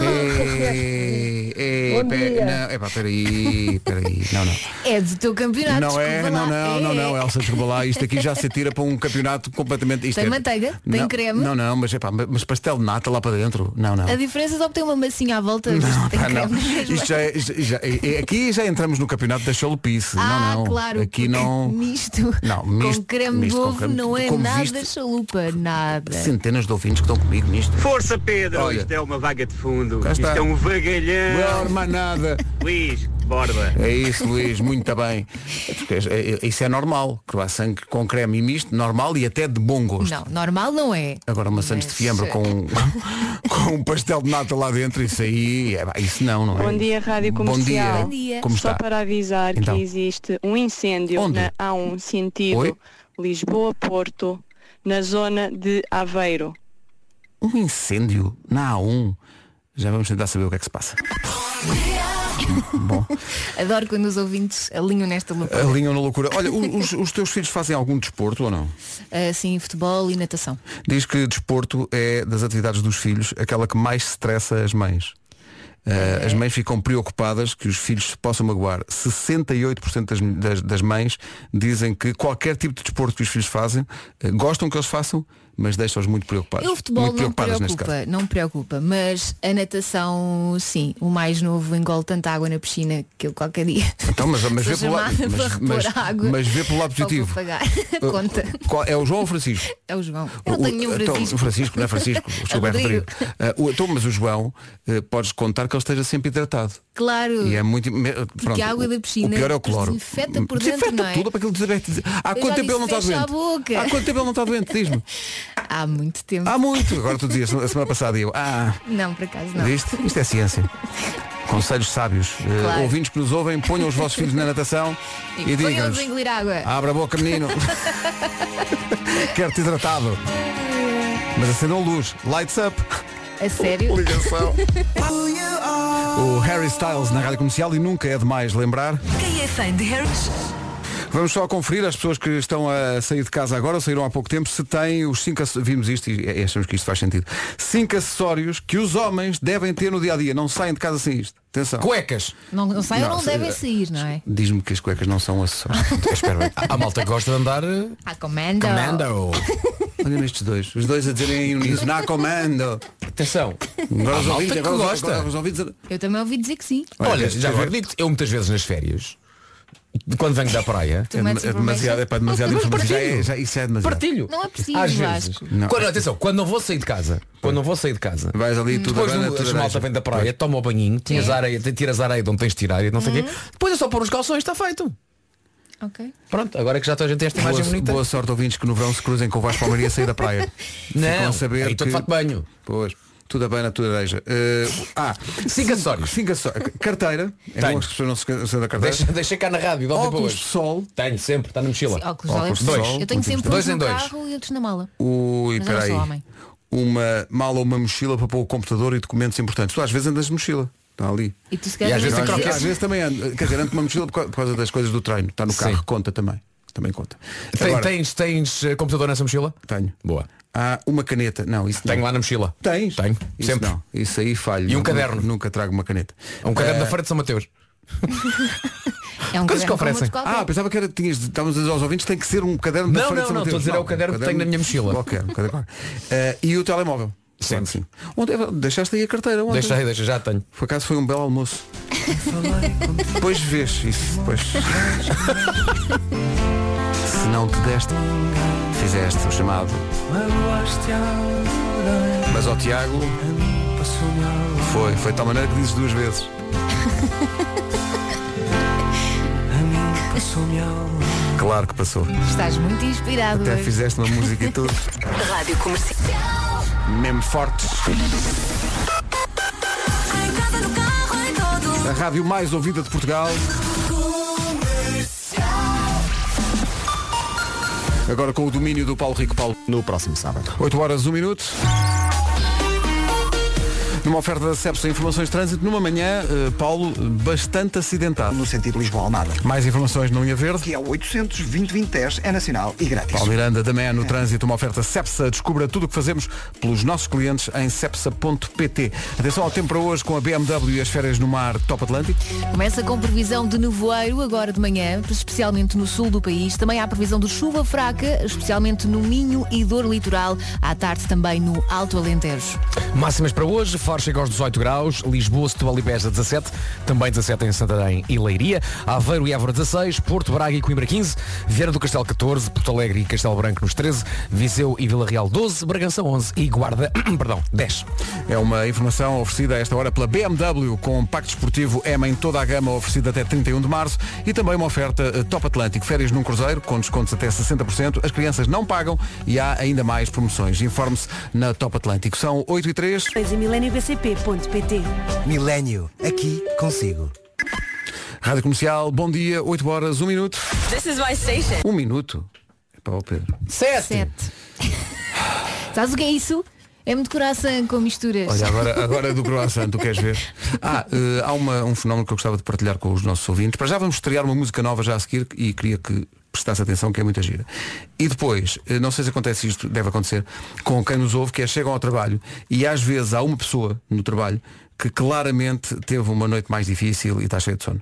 S13: é
S1: Ei, ei,
S13: Bom
S1: pe-
S13: dia.
S1: não, epá, peraí, peraí. Não, não.
S4: É do teu campeonato.
S1: não é,
S4: desculpa
S1: não,
S4: lá.
S1: não, não,
S4: É.
S1: não, Elsa, desculpa lá, isto aqui já se atira para um campeonato completamente. Isto
S4: Tem
S1: é-
S4: manteiga? Tem
S1: Não,
S4: creme?
S1: Não, não, mas, epá, mas pastel de nata lá para dentro. Não, não.
S4: A diferença é só que tem uma massinha à volta. mas tem
S1: Pá,
S4: creme.
S1: não. Isto já é- isto já é- aqui já entramos no campeonato da chalupice.
S4: Ah,
S1: não, não.
S4: claro.
S1: Aqui
S4: porque
S1: não.
S4: Misto.
S1: Não, misto,
S4: com creme
S1: misto
S4: de
S1: com
S4: ovo
S1: creme-
S4: não é
S1: como
S4: nada
S1: viste-
S4: chalupa, nada.
S1: Centenas de ouvintes que estão comigo nisto.
S14: Força Pedro,
S1: Olha.
S14: isto é uma vaga de fundo.
S1: Cá
S14: Isto
S1: está.
S14: é um vagalhão.
S1: Melhor manada.
S14: Luís, borba.
S1: É isso, Luís, muito bem. Porque é- é- Isso é normal. Croissant com creme e misto, normal e até de bom gosto.
S4: Não, normal não é.
S1: Agora maçãs de
S4: Mas-
S1: fiambre com, um, com um pastel de nata lá dentro, isso aí, é, pá, isso não, não é?
S15: Bom dia, Rádio
S1: Bom
S15: Comercial.
S1: dia. Bom dia. Como
S15: Só
S1: está?
S15: para avisar
S1: Então.
S15: que existe um incêndio
S1: Onde?
S15: na A1 sentido
S1: Oi?
S15: Lisboa-Porto, na zona de Aveiro.
S1: Um incêndio na A1. Já vamos tentar saber o que é que se passa. Bom,
S4: Adoro quando os ouvintes alinham nesta loucura.
S1: alinham na loucura. Olha, o- os, os teus filhos fazem algum desporto ou não?
S4: Ah, sim, futebol e natação.
S1: Diz que desporto é das atividades dos filhos aquela que mais estressa as mães. Ah,
S4: É.
S1: as mães ficam preocupadas que os filhos se possam magoar. 68% das, das, das mães dizem que qualquer tipo de desporto que os filhos fazem, eh, gostam que eles façam, mas deixam-os muito preocupados.
S4: Eu o futebol
S1: muito
S4: não me
S1: preocupadas neste caso.
S4: preocupa, não me preocupa, mas a natação, sim, o mais novo engole tanta água na piscina que eu qualquer dia.
S1: Então, mas, mas,
S4: sou
S1: vê pelo lado,
S4: chamada para
S1: mas,
S4: repor
S1: mas,
S4: a água.
S1: mas vê pelo lado
S4: Só vou
S1: positivo.
S4: pagar.
S1: Uh,
S4: Conta.
S1: Qual- é o João ou o Francisco?
S4: É o João. Eu não tenho nenhum
S1: então, o
S4: Francisco.
S1: Francisco, não é Francisco, o seu Berto
S4: Rodrigo.
S1: Rodrigo. Ah, o- então, mas o João, eh, podes contar que ele esteja sempre hidratado.
S4: Claro.
S1: E é muito. me- pronto,
S4: a água
S1: o-
S4: da piscina
S1: O pior é o cloro.
S4: desinfeta por
S1: Desinfeta
S4: dentro, não é?
S1: tudo para aquilo desinfeta- Há
S4: Eu
S1: quanto
S4: já
S1: tempo
S4: disse,
S1: ele não está
S4: fecha a
S1: doente?
S4: boca.
S1: Há quanto tempo ele não está doente? Diz-me.
S4: Há muito tempo.
S1: Há muito. Agora tu dizias, a semana passada e eu. Ah,
S4: Não, por acaso não.
S1: viste? Isto é ciência. Conselhos sábios. Eh,
S4: Claro.
S1: ouvintes que nos ouvem, ponham os vossos filhos na natação e,
S4: E
S1: digam-nos.
S4: ponham-nos a engolir água.
S1: Abra a boca, menino. Quero-te hidratado. Mas acendam luz. Lights up.
S4: A sério?
S1: Ligação. O Harry Styles na rádio comercial e nunca é demais lembrar.
S16: Quem é fã de Harry?
S1: Vamos só conferir as pessoas que estão a sair de casa agora, ou saíram há pouco tempo, se têm os cinco ace- vimos isto e e achamos que isto faz sentido. Cinco acessórios que os homens devem ter no dia a dia, não saem de casa sem isto. Atenção.
S3: Cuecas.
S4: Não, não saem ou
S1: Não,
S4: não
S1: se-
S4: devem sair, não é?
S1: Diz-me que as cuecas não são acessórios.
S3: A malta gosta de andar. eh,
S4: A Ah, comando.
S1: Olha nestes dois. Os dois a dizerem em uníssono, na comando.
S3: Atenção.
S1: Agora
S3: Há
S1: os
S3: malta
S1: ouvintes,
S3: que
S1: agora os-
S3: gosta.
S1: agora os ouvintes a-
S4: Eu também ouvi dizer que sim.
S3: Olha,
S1: Olha,
S3: já agora digo eu muitas vezes nas férias, quando venho da praia,
S4: Tu metes
S1: É
S4: por
S1: demasiado,
S4: mensagem.
S1: é para demasiado
S3: Mas
S1: informação. Já
S3: partilho.
S1: é, já, isso é demasiado.
S3: partilho.
S4: Não é preciso,
S3: Às
S4: Vasco.
S3: vezes. Quando, atenção, quando não vou sair de casa, quando não vou sair de casa,
S1: vais ali tudo
S3: depois
S1: a banda,
S3: do-
S1: tudo
S3: a
S1: a
S3: malta
S1: deixa.
S3: vem da praia, toma o banhinho,
S4: É.
S3: tiras a areia, tiras a areia de onde tens de tirar e não sei o
S4: Uhum.
S3: quê. Depois é só pôr os calções, está feito.
S4: Ok.
S3: Pronto, agora é que já está a gente tem esta imagem
S1: boa,
S3: bonita.
S1: boa sorte ouvintes que no verão se cruzem com o Vasco Palmaria e sair da praia.
S3: Não,
S1: Ficam a saber
S3: aí estou de fato de banho.
S1: Pois, tudo a bem na tua areja. Uh, ah, cinco acessórios. Cinco acessórios. Carteira. É
S3: Tenho.
S1: bom que as pessoas não se esqueçam da carteira.
S3: Deixa, deixa cá na rádio, volta para
S1: Óculos
S3: hoje.
S1: de sol.
S3: Tenho sempre, está na mochila.
S4: Óculos de sol é
S1: Óculos de
S4: preciso.
S1: sol,
S4: Eu tenho
S1: muito
S4: sempre
S1: importante.
S4: dois
S1: Dois em
S4: em dois.
S1: dois.
S4: carro e outros na mala.
S1: Ui,
S4: Mas eu não
S1: peraí.
S4: sou homem.
S1: Uma mala ou uma mochila para pôr o computador e documentos importantes. Tu às vezes andas de mochila. Está ali.
S4: E tu se calhar
S1: às,
S4: também
S1: vezes,
S4: fazes
S1: às
S4: isso.
S1: vezes também ando. Quer dizer, ando com uma mochila por causa- por causa das coisas do treino. Está no carro, conta também. Também conta.
S3: Tem-
S1: Agora-
S3: tens, tens eh, computador nessa mochila?
S1: Tenho.
S3: Boa.
S1: Há uma caneta. Não, isso
S3: Tenho
S1: não.
S3: lá na mochila.
S1: Tens?
S3: Tenho.
S1: Isso
S3: sempre.
S1: não. Isso aí falho.
S3: E um
S1: Nunca-
S3: caderno.
S1: Nunca trago uma caneta.
S3: Um caderno
S1: Eh,
S3: da Feira de São Mateus.
S4: É um
S3: Coisas que
S4: caderno como
S3: oferecem.
S4: outro qualquer.
S1: Ah, pensava que era, tinhas, estávamos a dizer aos ouvintes, tem que ser um caderno da
S3: Não,
S1: Feira de
S3: não,
S1: São
S3: não,
S1: Mateus.
S3: estou a dizer, é o caderno que tenho na minha mochila.
S1: Qualquer, um caderno qualquer. Eh, e o telemóvel. Sim. sim. Ontem, deixaste aí a carteira ontem.
S3: Deixa aí, deixa, já tenho.
S1: Por acaso foi um belo almoço. depois vês isso. Depois. Se não te deste, fizeste o chamado. Mas ao Tiago foi, foi de tal maneira que dizes duas vezes. Claro que passou.
S4: Estás muito inspirado
S1: Até
S4: hoje.
S1: fizeste uma música e tudo.
S4: Rádio Comercial.
S1: Mesmo fortes. A rádio mais ouvida de Portugal. Agora com o domínio do Paulo Rico Paulo.
S2: No próximo sábado.
S1: 8 horas, 1 minuto. Numa oferta da CEPSA Informações de Trânsito, numa manhã, eh, Paulo, bastante acidentado.
S5: No sentido Lisboa-Almada.
S1: Mais informações na linha verde.
S5: Que é o 800 é nacional e grátis.
S1: Paulo Miranda, da manhã no trânsito, uma oferta CEPSA. Descubra tudo o que fazemos pelos nossos clientes em cepsa.pt. Atenção ao tempo para hoje com a BMW e as férias no mar Top Atlântico.
S4: Começa com previsão de nevoeiro agora de manhã, especialmente no sul do país. Também há previsão de chuva fraca, especialmente no Minho e Dor Litoral. À tarde também no Alto Alentejo.
S3: Máximas para hoje, Faro chega aos 18 graus, Lisboa, Setúbal e Beja 17, também 17 em Santarém e Leiria, Aveiro e Évora 16, Porto Braga e Coimbra 15, Vieira do Castelo 14, Porto Alegre e Castelo Branco nos 13, Viseu e Vila Real 12, Bragança 11 e Guarda, perdão, 10.
S1: É uma informação oferecida a esta hora pela BMW com um pacto esportivo M em toda a gama oferecido até 31 de março e também uma oferta eh, Top Atlântico, férias num cruzeiro com descontos até 60%. As crianças não pagam e há ainda mais promoções. Informe-se na Top Atlântico. São 8 e 3.
S16: Pois em milenio.bcp.pt
S1: Milênio, aqui consigo. Rádio Comercial, bom dia, 8 horas, 1 minuto.
S17: This is my station.
S1: Um minuto. É para o Pedro.
S3: Sete.
S4: Sabes o que é isso? É muito coração com misturas.
S1: Olha, agora, agora é do croissant, tu queres ver? Ah, eh, há uma- um fenómeno que eu gostava de partilhar com os nossos ouvintes. Para já vamos estrear uma música nova já a seguir e queria que prestasse atenção, que é muita gira. E depois, eh, não sei se acontece isto, deve acontecer, com quem nos ouve, que é chegam ao trabalho e às vezes há uma pessoa no trabalho que claramente teve uma noite mais difícil e está cheia de sono.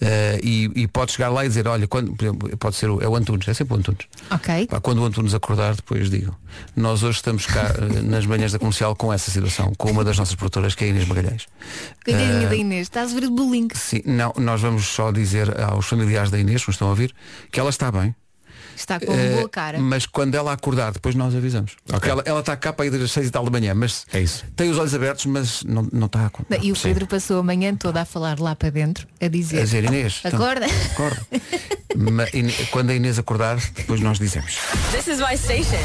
S1: Eh, e, e pode chegar lá e dizer, olha, quando, por exemplo, pode ser o, é o Antunes, é sempre o Antunes.
S4: Ok.
S1: Pá, quando o Antunes acordar, depois digam. Nós hoje estamos cá eh, nas manhãs da comercial com essa situação, com uma das nossas produtoras, que é a Inês Magalhães.
S4: Coitadinha
S1: Eh,
S4: da Inês, estás a ver de bullying.
S1: Sim, não, nós vamos só dizer aos familiares da Inês, que nos estão a ouvir, que ela está bem.
S4: Está com
S1: eh,
S4: boa cara.
S1: Mas quando ela acordar, depois nós avisamos. Porque ela, ela está cá para ir das seis e tal da manhã, mas tem os olhos abertos, mas não, não está a acordar.
S4: E o
S1: Sim.
S4: Pedro passou a manhã toda a falar lá para dentro, a dizer.
S1: A dizer, Inês, então-
S4: Acorda.
S1: Acorda. Ma- Ine- quando a Inês acordar, depois nós dizemos.
S17: This is my station.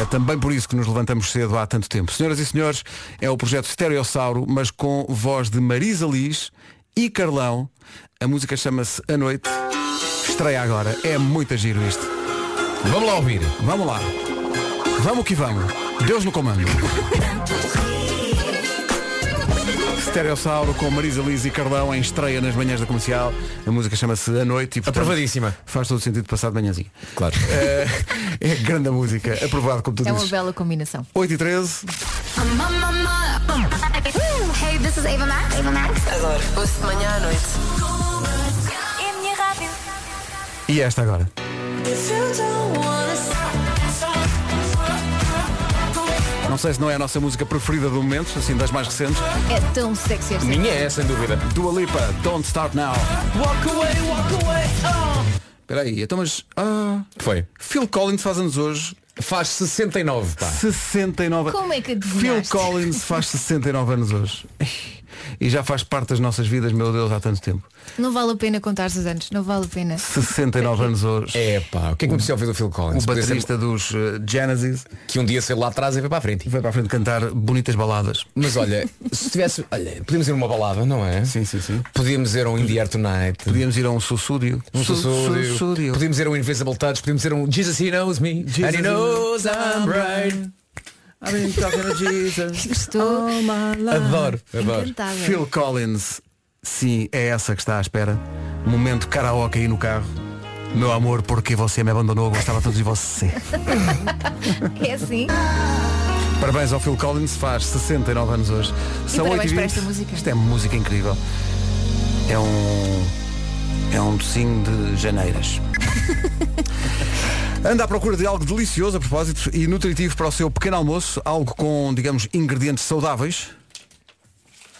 S1: É também por isso que nos levantamos cedo há tanto tempo. Senhoras e senhores, é o projeto Stereossauro, mas com voz de Marisa Liz e Carlão. A música chama-se A Noite. Estreia agora. É muito giro isto.
S3: Vamos lá ouvir.
S1: Vamos lá. Vamos que vamos. Deus no comando. Stereossauro com Marisa Liz e Cardão em estreia nas manhãs da comercial. A música chama-se A Noite e portanto,
S3: Aprovadíssima.
S1: Faz todo sentido passar de manhãzinha. Claro. É, é grande a música. Aprovado, como tu
S4: É uma
S1: dizes.
S4: bela combinação.
S1: 8 e 13.
S18: Hey, this is Ava Max. Ava Max. Adoro. Ouço de manhã à noite.
S19: É a minha rádio.
S1: E esta agora? Não sei se não é a nossa música preferida do momento, assim das mais recentes.
S4: É tão sexy esta.
S1: é, sem dúvida. Dua Lipa, Don't Start Now.
S19: Walk away, walk away.
S1: Espera aí, então mas... Ah,
S3: Foi.
S1: Phil Collins faz anos hoje.
S3: Faz 69, pá.
S1: 69.
S4: Como é que
S1: Phil
S4: adivinhaste?
S1: Collins faz 69 anos hoje. E já faz parte das nossas vidas, meu Deus, há tanto tempo.
S4: Não vale a pena contar os anos, não vale a pena.
S1: 69 anos hoje.
S3: É pá, o que é que me ouvir do Phil Collins?
S1: O
S3: Podia ser-
S1: Um baterista dos eh, Genesis.
S3: Que um dia saiu lá atrás e veio para a frente.
S1: Vai para a frente cantar bonitas baladas.
S3: Mas olha, se tivesse. Olha, podíamos ir a uma balada, não é?
S1: Sim, sim, sim.
S3: Podíamos ir a um In the Air Tonight.
S1: Podíamos ir a um sussúdio.
S3: Um
S1: Su-
S3: Sussúdio.
S1: sussúdio.
S3: Podíamos ir a um Invisible Touch. Podíamos ir a um Jesus He Knows Me. and He Knows I'm Right.
S1: I've been talking to Jesus. Oh,
S4: Estou
S1: é
S3: Adoro, adoro.
S4: Encantada.
S1: Phil Collins, sim, é essa que está à espera. Momento karaoke aí no carro. Meu amor, porque você me abandonou, eu gostava tanto de você.
S4: É assim.
S1: Parabéns ao Phil Collins, faz 69 anos hoje.
S4: parabéns
S1: 8h20.
S4: para esta música.
S1: Isto é música incrível. É um. É um docinho de janeiras. Anda à procura de algo delicioso a propósito e nutritivo para o seu pequeno almoço, algo com, digamos, ingredientes saudáveis.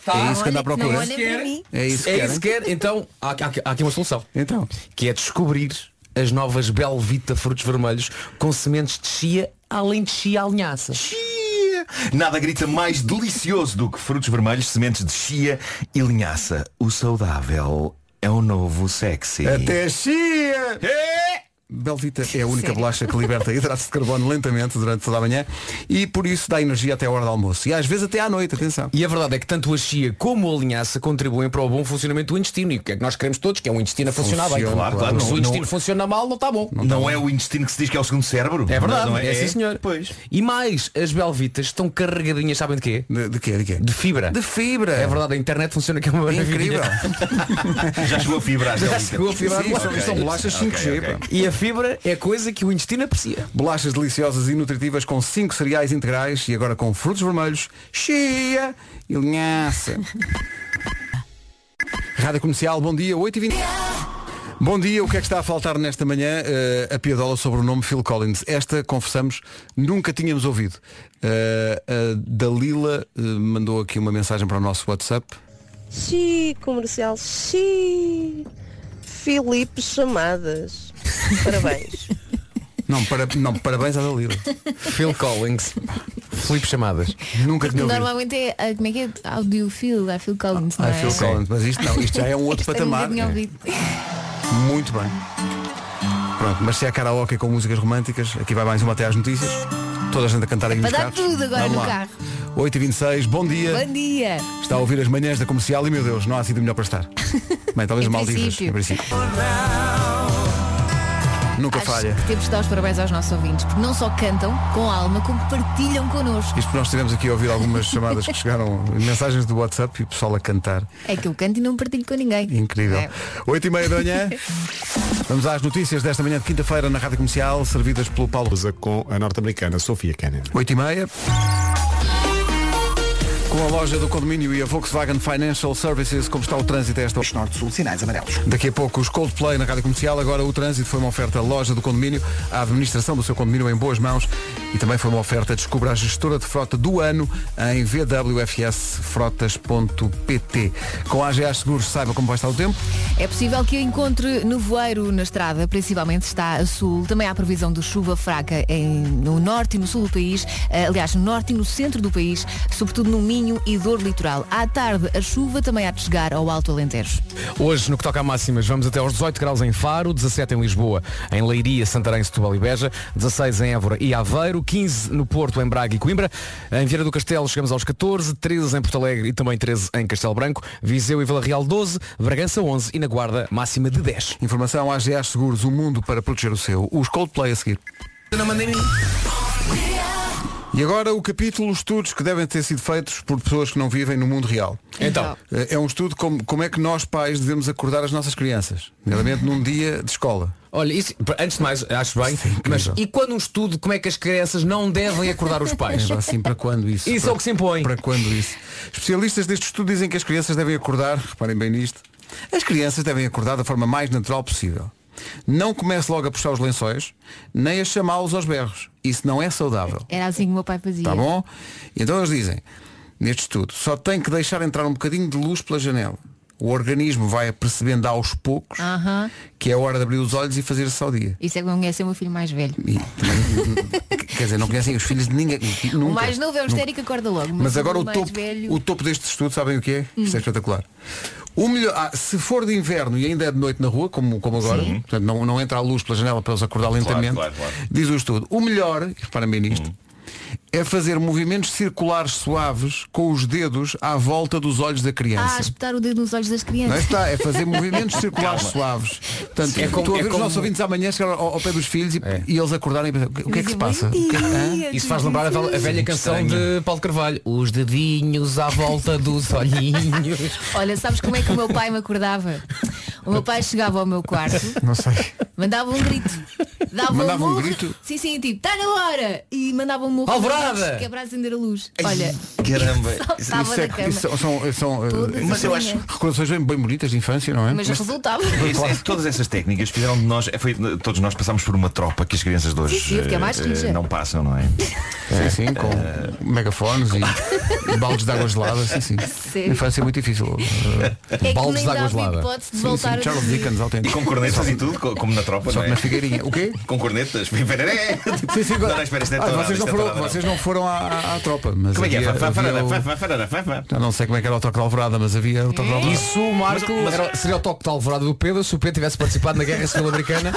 S3: Tá.
S1: é isso que anda à procura. É isso que
S3: é
S1: querem.
S3: isso que quer. Então, há, há- há aqui uma solução.
S1: Então.
S3: Que é descobrir as novas Belvita frutos vermelhos com sementes de chia, além de chia à linhaça.
S20: Nada grita mais delicioso do que frutos vermelhos, sementes de chia e linhaça. O saudável é o novo sexy.
S1: Até chia! Belvita é a única bolacha que liberta hidratos de carbono lentamente durante toda a manhã e por isso dá energia até a hora do almoço. E às vezes até à noite, atenção.
S3: E a verdade é que tanto a chia como a linhaça contribuem para o bom funcionamento do intestino. E o que é que nós queremos todos? Que é um intestino a funcionar bem.
S20: Funciona, claro, claro.
S3: Se o
S20: Não-
S3: intestino
S20: não-
S3: funciona mal, não está bom.
S20: Não, é o intestino que se diz que é o segundo cérebro?
S3: É verdade,
S20: Não
S3: é, sim senhor. Pois. E mais, as belvitas estão carregadinhas, sabem de quê?
S1: De, quê? De quê?
S3: De fibra.
S1: De fibra.
S3: É verdade, a internet funciona que é uma
S1: É
S3: maravilha.
S1: incrível.
S20: Já chegou a fibra.
S3: Já chegou a fibra.
S1: Sim, são, são bolachas 5G. pá.
S3: E a fibra é coisa que o intestino aprecia.
S1: Bolachas deliciosas e nutritivas com 5 cereais integrais e agora com frutos vermelhos, chia e linhaça. Rádio Comercial, bom dia, 8h20. Bom dia, o que é que está a faltar nesta manhã? Eh, a piadola sobre o nome Phil Collins. Esta, confessamos, nunca tínhamos ouvido. Eh, a Dalila eh, mandou aqui uma mensagem para o nosso WhatsApp.
S21: Xi, comercial, xi. Filipe Chamadas. Parabéns.
S1: Não, para, não parabéns à Dalila.
S3: Phil Collins. Felipe Chamadas.
S1: Nunca tinha ouvido.
S4: Normalmente é, ah, como é que é? Audiofil, I feel Collins, não
S1: Ai,
S4: é?
S1: Phil Collins, mas isto não, isto já é um outro
S4: Esta eu
S1: patamar.
S4: nunca tinha ouvido.
S1: Muito bem. Pronto, mas se é karaoke com músicas românticas, aqui vai mais uma até às notícias. Toda a gente a cantar aqui
S4: É Para
S1: nos
S4: dar
S1: carros.
S4: tudo agora
S1: Vamos
S4: no
S1: lá.
S4: carro.
S1: 8h26, bom dia.
S4: Bom dia.
S1: Está a ouvir as manhãs da comercial e meu Deus, não há sido melhor para estar. Bem, talvez
S4: Em
S1: Maldivas,
S4: princípio.
S1: em princípio. Nunca
S4: Acho
S1: falha.
S4: que temos de dar os parabéns aos nossos ouvintes, porque não só cantam com alma, como partilham connosco.
S1: Isto porque nós tivemos aqui a ouvir algumas chamadas que chegaram, mensagens do WhatsApp e o pessoal a cantar.
S4: É que eu canto e não partilho com ninguém.
S1: Incrível.
S4: É.
S1: Oito e meia da manhã. Vamos às notícias desta manhã de quinta-feira na Rádio Comercial, servidas pelo Paulo.
S2: Com a norte-americana Sofia Kennan.
S1: 8 e meia. Com a loja do condomínio e a Volkswagen Financial Services, como está o trânsito a esta hora?
S5: Norte-Sul, sinais amarelos.
S1: Daqui a pouco os Coldplay na Rádio Comercial. Agora o trânsito foi uma oferta à loja do condomínio, a administração do seu condomínio em boas mãos e também foi uma oferta descubra a gestora de frota do ano em vwfsfrotas.pt. Com a AGA Seguros, saiba como vai estar o tempo.
S4: É possível que encontre nevoeiro na estrada, principalmente está a sul. Também há previsão de chuva fraca em- no norte e no sul do país, eh, aliás, no norte e no centro do país, sobretudo no Minho e dor litoral. À tarde, a chuva também há de chegar ao Alto Alentejo.
S3: Hoje, no que toca a máximas, vamos até aos 18 graus em Faro, 17 em Lisboa, em Leiria, Santarém, Setúbal e Beja, 16 em Évora e Aveiro, 15 no Porto, em Braga e Coimbra, em Vieira do Castelo chegamos aos 14, 13 em Porto Alegre e também 13 em Castelo Branco, Viseu e Vila Real 12, Bragança 11 e na Guarda máxima de 10.
S1: Informação AGA Seguros, o mundo para proteger o seu. Os Coldplay a seguir. E agora o capítulo estudos que devem ter sido feitos por pessoas que não vivem no mundo real.
S3: Então.
S1: Eh, É um estudo como, como é que nós pais devemos acordar as nossas crianças, nomeadamente num dia de escola.
S3: Olha, isso, antes de mais, acho bem,
S1: é
S3: mas e quando um estudo, como é que as crianças não devem acordar os pais?
S1: Era assim, para quando isso?
S3: Isso é o que se impõe.
S1: Para quando isso? Especialistas deste estudo dizem que as crianças devem acordar, reparem bem nisto, as crianças devem acordar da forma mais natural possível. Não comece logo a puxar os lençóis, nem a chamá-los aos berros. Isso não é saudável.
S4: Era assim que o meu pai fazia.
S1: Tá bom? Então eles dizem, neste estudo, só tem que deixar entrar um bocadinho de luz pela janela. O organismo vai percebendo aos poucos
S4: Aham.
S1: que é hora de abrir os olhos e fazer-se ao dia.
S4: Isso é que não conhece o meu filho mais velho.
S1: E também- quer dizer, não conhecem os filhos de ninguém. Nunca,
S4: O mais novo é o
S1: Nunca.
S4: histérico que acorda logo.
S1: Mas agora o
S4: mais
S1: topo,
S4: velho-
S1: o topo deste estudo, sabem o que é?
S4: Hum.
S1: Isto é espetacular. O melhor, ah, se for de inverno e ainda é de noite na rua, como, como agora,
S20: Sim.
S1: portanto não, não entra a luz pela janela para eles acordar lentamente,
S20: claro, claro. Hum.
S1: diz o estudo, o melhor, e reparem bem nisto, é fazer movimentos circulares suaves com os dedos à volta dos olhos da
S4: Ah,
S1: criança.
S4: espetar o dedo nos olhos das crianças.
S1: Não é está, é fazer movimentos circulares
S20: Calma.
S1: suaves. Portanto,
S20: Sim. É
S1: estou
S20: como-
S1: a
S20: é
S1: ver os
S20: como- É.
S1: nossos ouvintes amanhã chegar ao, ao pé dos filhos e, e eles acordarem e pensar, o que- o que é que se passa? O que- hã?
S3: Isso faz lembrar a vel- a velha, canção de Paulo Carvalho. Os dedinhos à volta dos olhinhos.
S4: Olha, sabes como é que o meu pai me acordava? O meu pai chegava ao meu quarto,
S1: Não sei.
S4: mandava um grito. Dava
S1: Mandava um
S4: murro.
S1: grito?
S4: Sim, sim, tipo, está na hora! E mandava um murro.
S1: Alvorada!
S4: Que é para acender a luz. Olha,
S20: Caramba.
S4: Saltava
S1: Isso é
S4: da
S1: que-
S4: cama.
S1: isso são, são- são, eh,
S4: Todas as
S20: Mas eu acho-
S4: manhãs.
S1: recordações bem, bem bonitas de infância, não é?
S4: Mas resultava.
S20: Isso, é, todas essas técnicas fizeram de nós, é, foi, todos nós passámos por uma tropa que as crianças de hoje
S4: Sim, sim, porque é mais
S20: eh,
S4: rígida.
S20: não passam, não é?
S1: Sim, sim, com
S20: Eh,
S1: megafones e baldes de água gelada, sim, sim.
S4: Sério? É
S1: Infância é muito difícil. Eh,
S4: que Baldes nem de água dava gelada. hipótese de voltar a
S1: Charles
S4: dormir.
S1: Dickens,
S20: E
S1: autêntico.
S20: com cornetas e tudo, co- como na tropa,
S1: Só
S20: não é?
S1: na figueirinha. O quê?
S20: Com cornetas.
S1: Sim, sim,
S20: Não, não, espera, isto não é
S1: Ah,
S20: tourada,
S1: vocês, não
S20: isto é
S1: foram,
S20: tourada, não.
S1: vocês não foram à, à- à tropa. Mas
S20: Como é que é?
S1: havia-
S20: Fa- fa- farara,
S1: havia o-
S20: fa- fa- farara, fa- fa.
S1: Já não sei como é que era o toque de alvorada, mas havia o toque de alvorada.
S3: Isso, Marco, era- seria o toque de alvorada do Pedro se o Pedro tivesse participado na Guerra Civil-Americana.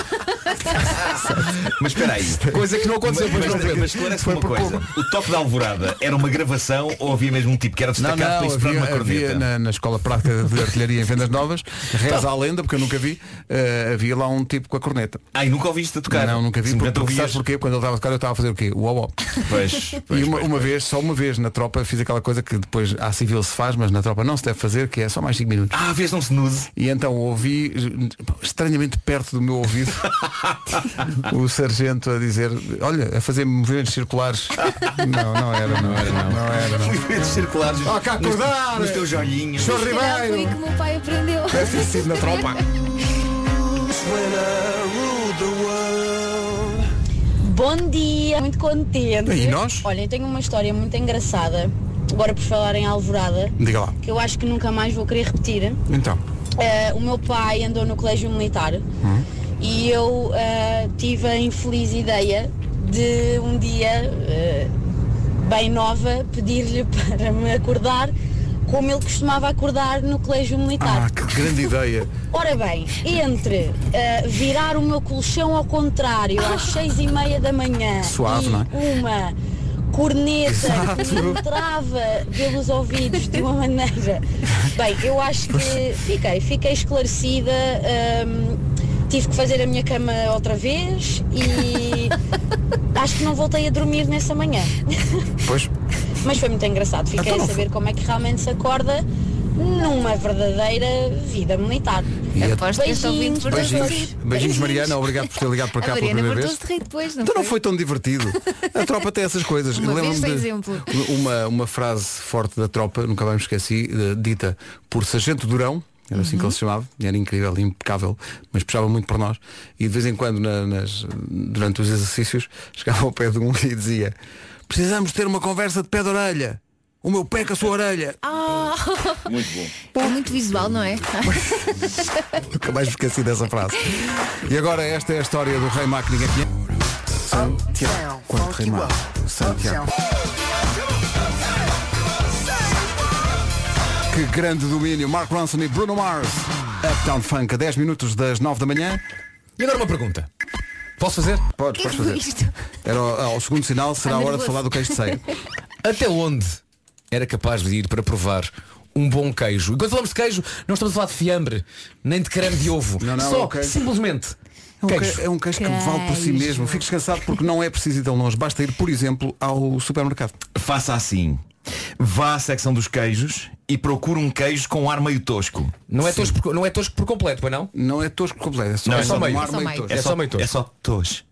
S20: Mas espera aí.
S1: é
S3: Coisa que não aconteceu,
S20: mas,
S3: pois não,
S20: mas,
S3: Pedro.
S20: mas esclarece uma coisa. O toque da alvorada era uma gravação ou havia mesmo um tipo que era
S1: Não,
S20: destacado para
S1: não,
S20: isso para
S1: havia,
S20: uma corneta?
S1: havia na, na Escola Prática de Artilharia em Vendas Novas, Tá. reza a lenda, porque eu nunca vi, eh, havia lá um tipo com a corneta.
S20: Ah, e nunca ouviste a tocar?
S1: Não, nunca vi.
S20: Simplesmente
S1: Porque, porque,
S20: ouvias.
S1: sabes porquê? Quando ele estava a tocar eu estava a fazer o quê? O uau
S20: Pois,
S1: E uma, uma vez, só uma vez na tropa fiz aquela coisa que depois à civil se faz, mas na tropa não se deve fazer, que é só mais 5 minutos.
S20: Ah, vês não se nude.
S1: E então ouvi estranhamente perto do meu ouvido o sargento a dizer, olha, a fazer movimentos circulares. Não, não era, não era, não, não era. Não.
S20: Movimentos circulares.
S1: Oh, cá acordar!
S20: Nos teus olhinhos.
S1: Senhor
S4: Se calhar foi aí que
S1: Ribeiro!
S4: o meu pai aprendeu.
S1: Deve ter sido na tropa.
S6: Bom dia, muito contente.
S1: E nós?
S6: Olha, eu tenho uma história muito engraçada, agora por falar em Alvorada,
S1: Diga lá.
S6: que eu acho que nunca mais vou querer repetir.
S1: Então.
S6: Eh, o meu pai andou no colégio militar e eu eh, tive a infeliz ideia de um dia, eh, bem nova, pedir-lhe para me acordar como ele costumava acordar no colégio militar.
S1: Ah, que grande ideia.
S6: Ora bem, entre eh, virar o meu colchão ao contrário às seis e meia da manhã
S1: Ah. Suave,
S6: e
S1: não é?
S6: uma corneta que
S1: Exato.
S6: entrava pelos ouvidos de uma maneira. Bem, eu acho que fiquei, fiquei esclarecida. hum, tive que fazer a minha cama outra vez e acho que não voltei a dormir nessa manhã.
S1: Pois.
S6: Mas foi muito engraçado.
S1: Então
S6: Fiquei a saber como é que realmente se acorda numa verdadeira vida militar.
S1: E aposto
S4: que este ouvinte portou-se
S1: Beijinhos, beijinhos Mariana, obrigado por ter ligado para
S4: A
S1: cá pela
S4: Mariana
S1: primeira vez.
S4: portou-se de rei depois, não é?
S1: Então não
S4: foi?
S1: foi tão divertido. A tropa tem essas coisas.
S4: Uma vez foi
S1: de
S4: exemplo.
S1: Uma, uma frase forte da tropa, nunca mais me esqueci, eh, dita por Sargento Durão, era assim que
S4: Uhum.
S1: ele se chamava, e era incrível, impecável, mas puxava muito por nós. E de vez em quando, na- nas- durante os exercícios, chegava ao pé de um e dizia, precisamos ter uma conversa de pé de orelha. O meu pé com a sua orelha.
S4: Ah,
S20: Muito bom.
S4: é muito visual, não é?
S1: Nunca mais me esqueci dessa frase. E agora esta é a história do Rei Mac ninguém conhece. Santiago. Quanto Rei Mac? Santiago. Que grande domínio. Mark Ronson e Bruno Mars. Uptown Funk a 10 minutos das 9 da manhã.
S3: E agora uma pergunta. Posso fazer?
S1: Podes, podes fazer. Era ao, ao segundo sinal, será a hora de falar do queijo de ceia. É um
S3: Até onde era capaz de ir para provar um bom queijo? E quando falamos de queijo, não estamos a falar de fiambre, nem de creme de ovo.
S1: não,
S3: Só,
S1: ok.
S3: simplesmente,
S1: É um queijo, é um queijo, que vale por si mesmo. Fico descansado porque não é preciso ir tão longe. Basta ir, por exemplo, ao supermercado.
S20: Faça assim. Vá à secção dos queijos e procure um queijo com ar meio tosco.
S3: Não é, tosco, por- não é tosco por completo, pois não?
S1: Não é tosco completo, é só,
S20: Não,
S1: é
S20: é
S1: só
S20: só
S1: um
S20: meio.
S1: ar
S20: É só
S1: meio
S20: meio.
S1: tosco.
S20: É só meio tosco. É só tos.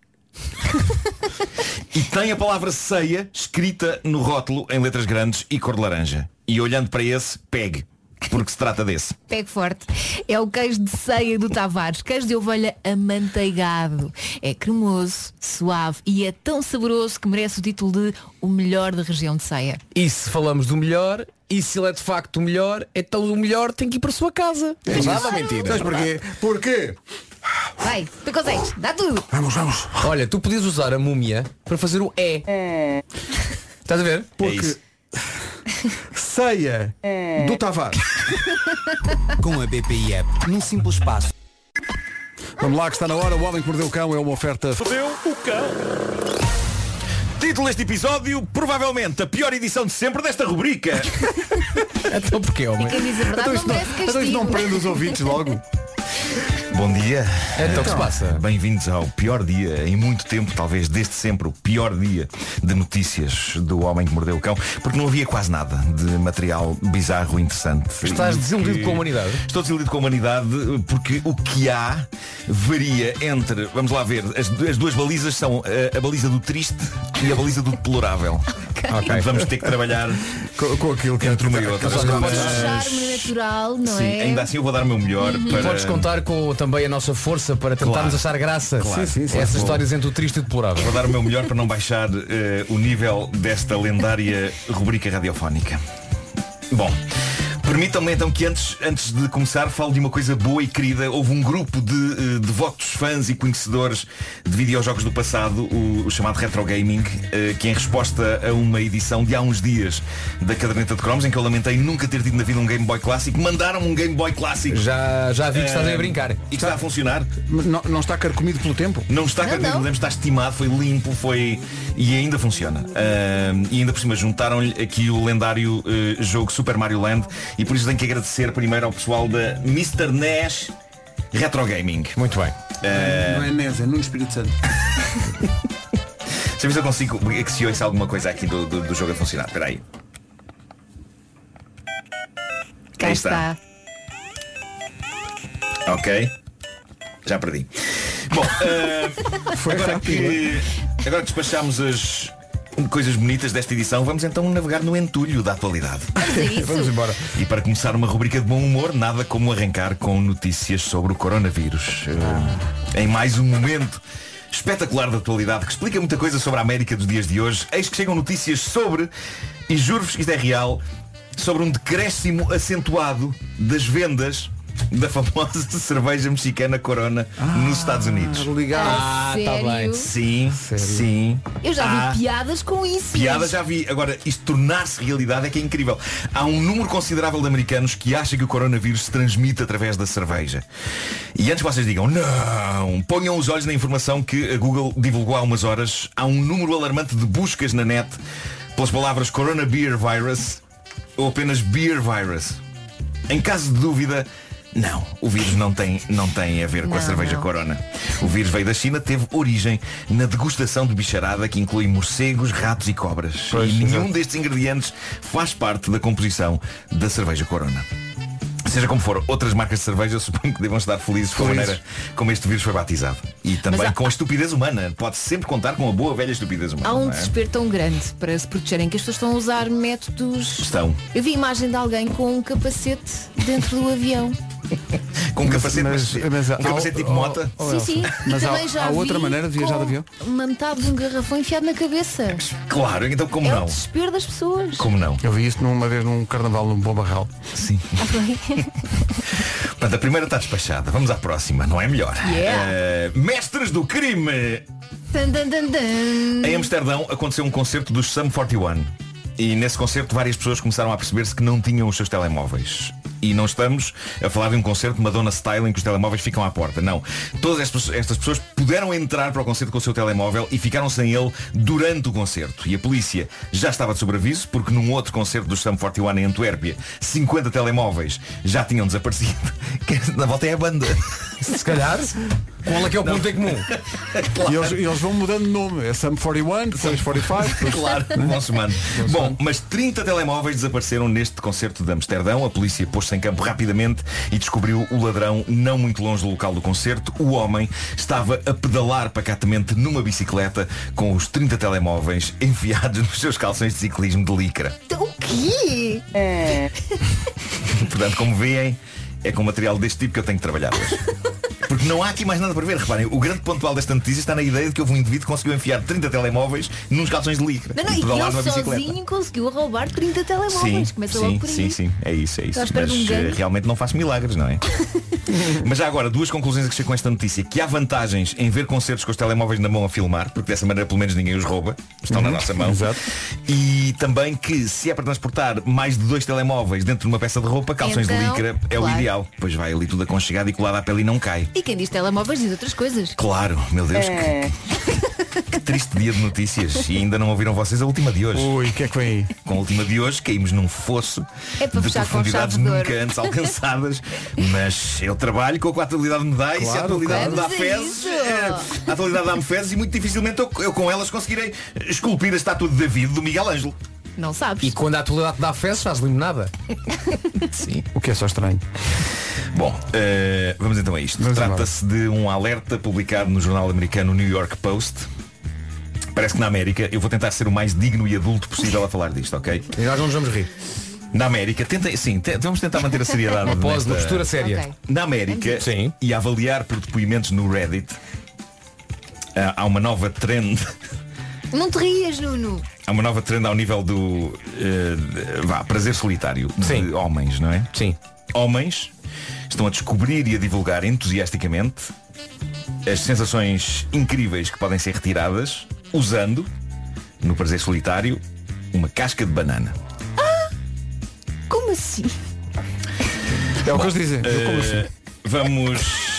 S20: e tem a palavra ceia escrita no rótulo em letras grandes e cor de laranja. E olhando para esse, pegue. Porque se trata desse.
S4: Pegue forte. É o queijo de ceia do Tavares. Queijo de ovelha amanteigado. É cremoso, suave e é tão saboroso que merece o título de o melhor da região de ceia.
S3: E se falamos do melhor, e se ele é de facto o melhor, então o melhor tem que ir para a sua casa.
S1: É isso.
S3: Verdade ou mentira?
S1: Sabes porquê? Porquê?
S4: Vai, tu consegues. Dá tudo.
S1: Vamos, vamos.
S3: Olha, tu podias usar a múmia para fazer o E. Estás a ver?
S1: Porque ceia do Tavares.
S7: Com a BPI App, num simples passo.
S1: Vamos lá que está na hora. O Homem que Mordeu o Cão é uma oferta...
S20: Fodeu o cão. Título deste episódio, provavelmente a pior edição de sempre desta rubrica.
S3: então porquê, homem?
S4: Quem diz a verdade não merece castigo.
S1: logo.
S20: Bom dia.
S3: Então, o que se passa?
S20: Bem-vindos ao pior dia em muito tempo, talvez desde sempre, o pior dia de notícias do homem que mordeu o cão, porque não havia quase nada de material bizarro e interessante.
S3: Estás
S20: E
S3: desiludido
S20: que-
S3: com a humanidade?
S20: Estou desiludido com a humanidade porque o que há varia entre, vamos lá ver, as, du- as duas balizas são eh, a, baliza do triste e a baliza do deplorável.
S1: Ok.
S20: Vamos ter que trabalhar
S1: com, aquilo que é
S20: entre uma e outra.
S4: Um charme natural, não
S20: Sim,
S4: é?
S20: ainda assim eu vou dar o meu melhor para.
S3: Uhum. Podes contar com também a nossa força para tentarmos achar graça
S20: Claro.
S3: Sim, sim, sim.
S20: Claro.
S3: essas histórias entre o triste e o deplorável.
S20: Vou dar o meu melhor para não baixar eh, o nível desta lendária rubrica radiofónica. Bom, permitam-me então que antes, antes de começar falo de uma coisa boa e querida. Houve um grupo de eh, devotos fãs e conhecedores de videojogos do passado, o, o chamado Retro Gaming, eh, que em resposta a uma edição de há uns dias da caderneta de cromos, em que eu lamentei nunca ter tido na vida um Game Boy clássico, mandaram um Game Boy clássico.
S3: Já, já vi que estás aí a brincar.
S20: E que está a funcionar.
S1: Não, não está carcomido pelo tempo?
S20: Não está
S1: Não,
S20: não,
S1: não.
S20: está estimado, foi limpo, foi. E ainda funciona. Ahm, e ainda por cima juntaram-lhe aqui o lendário eh, jogo Super Mario Land e por isso tenho que agradecer primeiro ao pessoal da Mr. Nash Retro Gaming.
S3: Muito bem.
S1: Não é Nesa, é Nuno Espírito Santo.
S20: Deixa eu ver se eu consigo é que se ouça alguma coisa aqui do, do, do jogo a funcionar. Espera aí.
S4: Cá
S20: Aí
S4: está.
S20: está. Ok. Já perdi. Bom, ah,
S1: Foi
S20: agora,
S1: rápido,
S20: que, agora que despachámos as coisas bonitas desta edição, vamos então navegar no entulho da atualidade.
S4: é
S1: Vamos embora.
S20: E para começar uma rubrica de bom humor, nada como arrancar com notícias sobre o coronavírus. Eh, Em mais um momento espetacular da atualidade que explica muita coisa sobre a América dos dias de hoje, eis que chegam notícias sobre, e juro-vos que isto é real, sobre um decréscimo acentuado das vendas da famosa cerveja mexicana Corona nos Estados Unidos.
S1: Ligado.
S4: Ah, tá sério? bem.
S20: Sim, sim.
S4: Eu já
S20: Há-
S4: vi piadas com isso.
S20: Piada
S4: mas-
S20: já vi. Agora, isto tornar-se realidade é que é incrível. Há um número considerável de americanos que acha que o coronavírus se transmite através da cerveja. E antes que vocês digam, não, ponham os olhos na informação que a Google divulgou há umas horas. Há um número alarmante de buscas na net pelas palavras Corona Beer Virus ou apenas Beer Virus. Em caso de dúvida, não, o vírus não tem, não tem a ver com a
S4: Não,
S20: cerveja
S4: não.
S20: Corona. O vírus veio da China, teve origem na degustação de bicharada que inclui morcegos, ratos e cobras.
S3: Pois,
S20: e nenhum
S3: exato.
S20: destes ingredientes faz parte da composição da cerveja Corona. Seja como for, outras marcas de cerveja eu suponho que devam estar felizes com a
S3: Felizes.
S20: maneira como este vírus foi batizado. E também
S4: há-
S20: com a estupidez humana. Pode sempre contar com a boa velha estupidez humana.
S4: Há um
S20: não é?
S4: desespero tão grande para se protegerem que as pessoas estão a usar métodos.
S20: Estão.
S4: Eu vi imagem de alguém com um capacete dentro do avião.
S20: Com um capacete,
S1: mas-
S20: mas,
S1: mas há-
S20: um capacete tipo mota.
S1: Oh, Elsa,
S4: sim, sim.
S1: mas
S4: e também
S1: há-
S4: já
S1: há
S4: vi
S1: outra maneira de viajar
S4: com
S1: de avião?
S4: Uma metade de um garrafão enfiado na cabeça.
S20: Claro, então como
S4: é o
S20: não?
S4: desespero das pessoas.
S20: Como não?
S1: É. Eu vi isso numa vez num carnaval num bom barral.
S20: Sim. Portanto, a primeira está despachada. Vamos à próxima, não é melhor?
S4: Yeah.
S20: Eh, mestres do crime!
S4: Tan, tan, tan, tan.
S20: Em Amsterdão aconteceu um concerto dos Sum 41. E nesse concerto várias pessoas começaram a perceber-se que não tinham os seus telemóveis. E E não estamos a falar de um concerto de Madonna Style em que os telemóveis ficam à porta. Não. Todas estas, estas pessoas puderam entrar para o concerto com o seu telemóvel e ficaram sem ele durante o concerto. E a polícia já estava de sobreaviso porque num outro concerto do Sum 41 em Antuérpia, 50 telemóveis já tinham desaparecido. Que Na volta é a banda.
S3: Se calhar, qual é que é o ponto em comum?
S1: E eles, e eles vão mudando de nome. É Sam 41, depois 45. depois-
S20: Claro, bom semana. Bom, mas 30 telemóveis desapareceram neste concerto de Amsterdão. A polícia pôs-se em campo rapidamente e descobriu o ladrão não muito longe do local do concerto. O homem estava a pedalar pacatamente numa bicicleta com os 30 telemóveis enfiados nos seus calções de ciclismo de licra.
S4: Então,
S8: O quê? É.
S20: Portanto, como veem, é com material deste tipo que eu tenho que trabalhar hoje. Porque não há aqui mais nada para ver. Reparem, o grande ponto alto desta notícia está na ideia de que houve um indivíduo que conseguiu enfiar 30 telemóveis nos calções de licra.
S8: Não, não,
S20: e
S8: e
S20: pedalar
S8: ele
S20: numa bicicleta.
S8: sozinho conseguiu roubar 30 telemóveis. Começa
S20: sim,
S8: logo por aí.
S20: sim, sim, é isso, é isso.
S8: Estou à espera
S20: Mas
S8: de um
S20: eh,
S8: ganho.
S20: realmente não faço milagres, não é? Mas já agora, duas conclusões a que chego com esta notícia. Que há vantagens em ver concertos com os telemóveis na mão a filmar, porque dessa maneira pelo menos ninguém os rouba, estão na
S22: Uhum,
S20: nossa mão.
S22: exato.
S20: E também que se é para transportar mais de dois telemóveis dentro de uma peça de roupa, calções de
S8: Então,
S20: licra é o
S8: claro.
S20: ideal. Pois vai ali tudo aconchegado e colado à pele e não cai.
S8: E quem diz telemóveis diz outras coisas.
S20: Claro, meu Deus,
S8: É.
S20: que triste dia de notícias. E ainda não ouviram vocês a última de hoje.
S1: Ui, o que é que vem aí?
S20: Com a última de hoje caímos num fosso
S8: É para
S20: de
S8: fechar com
S20: profundidades
S8: chave de ouro.
S20: nunca antes alcançadas. Mas eu trabalho com o que a atualidade me dá e se a
S8: Claro,
S20: atualidade me
S8: claro.
S20: dá
S8: Vamos a
S20: fezes,
S8: isso.
S20: é, a atualidade dá-me fezes e muito dificilmente eu, eu com elas conseguirei esculpir a estátua de David do Miguel Ângelo.
S8: Não sabes.
S3: E quando a atualidade dá festa, faz limonada.
S20: Sim.
S1: O que é só estranho.
S20: Bom, eh, vamos então a isto. Trata-se de um alerta publicado no jornal americano New York Post. Parece que na América, eu vou tentar ser o mais digno e adulto possível a falar disto, ok?
S3: E nós não nos vamos rir.
S20: Na América, tentem, sim, te- vamos tentar manter a seriedade.
S3: Uma pose,
S20: nesta-
S3: uma postura séria. Ok.
S20: Na
S8: É
S20: América, e a avaliar por depoimentos no Reddit, ah, há uma nova trend.
S8: Não te rias, Nuno.
S20: Há uma nova trend ao nível do eh, de- vá, prazer solitário de homens, não é?
S3: Sim.
S20: Homens estão a descobrir e a divulgar entusiasticamente as sensações incríveis que podem ser retiradas usando, no prazer solitário, uma casca de banana.
S8: Como assim?
S1: É o que eles dizem.
S20: eh, Vamos.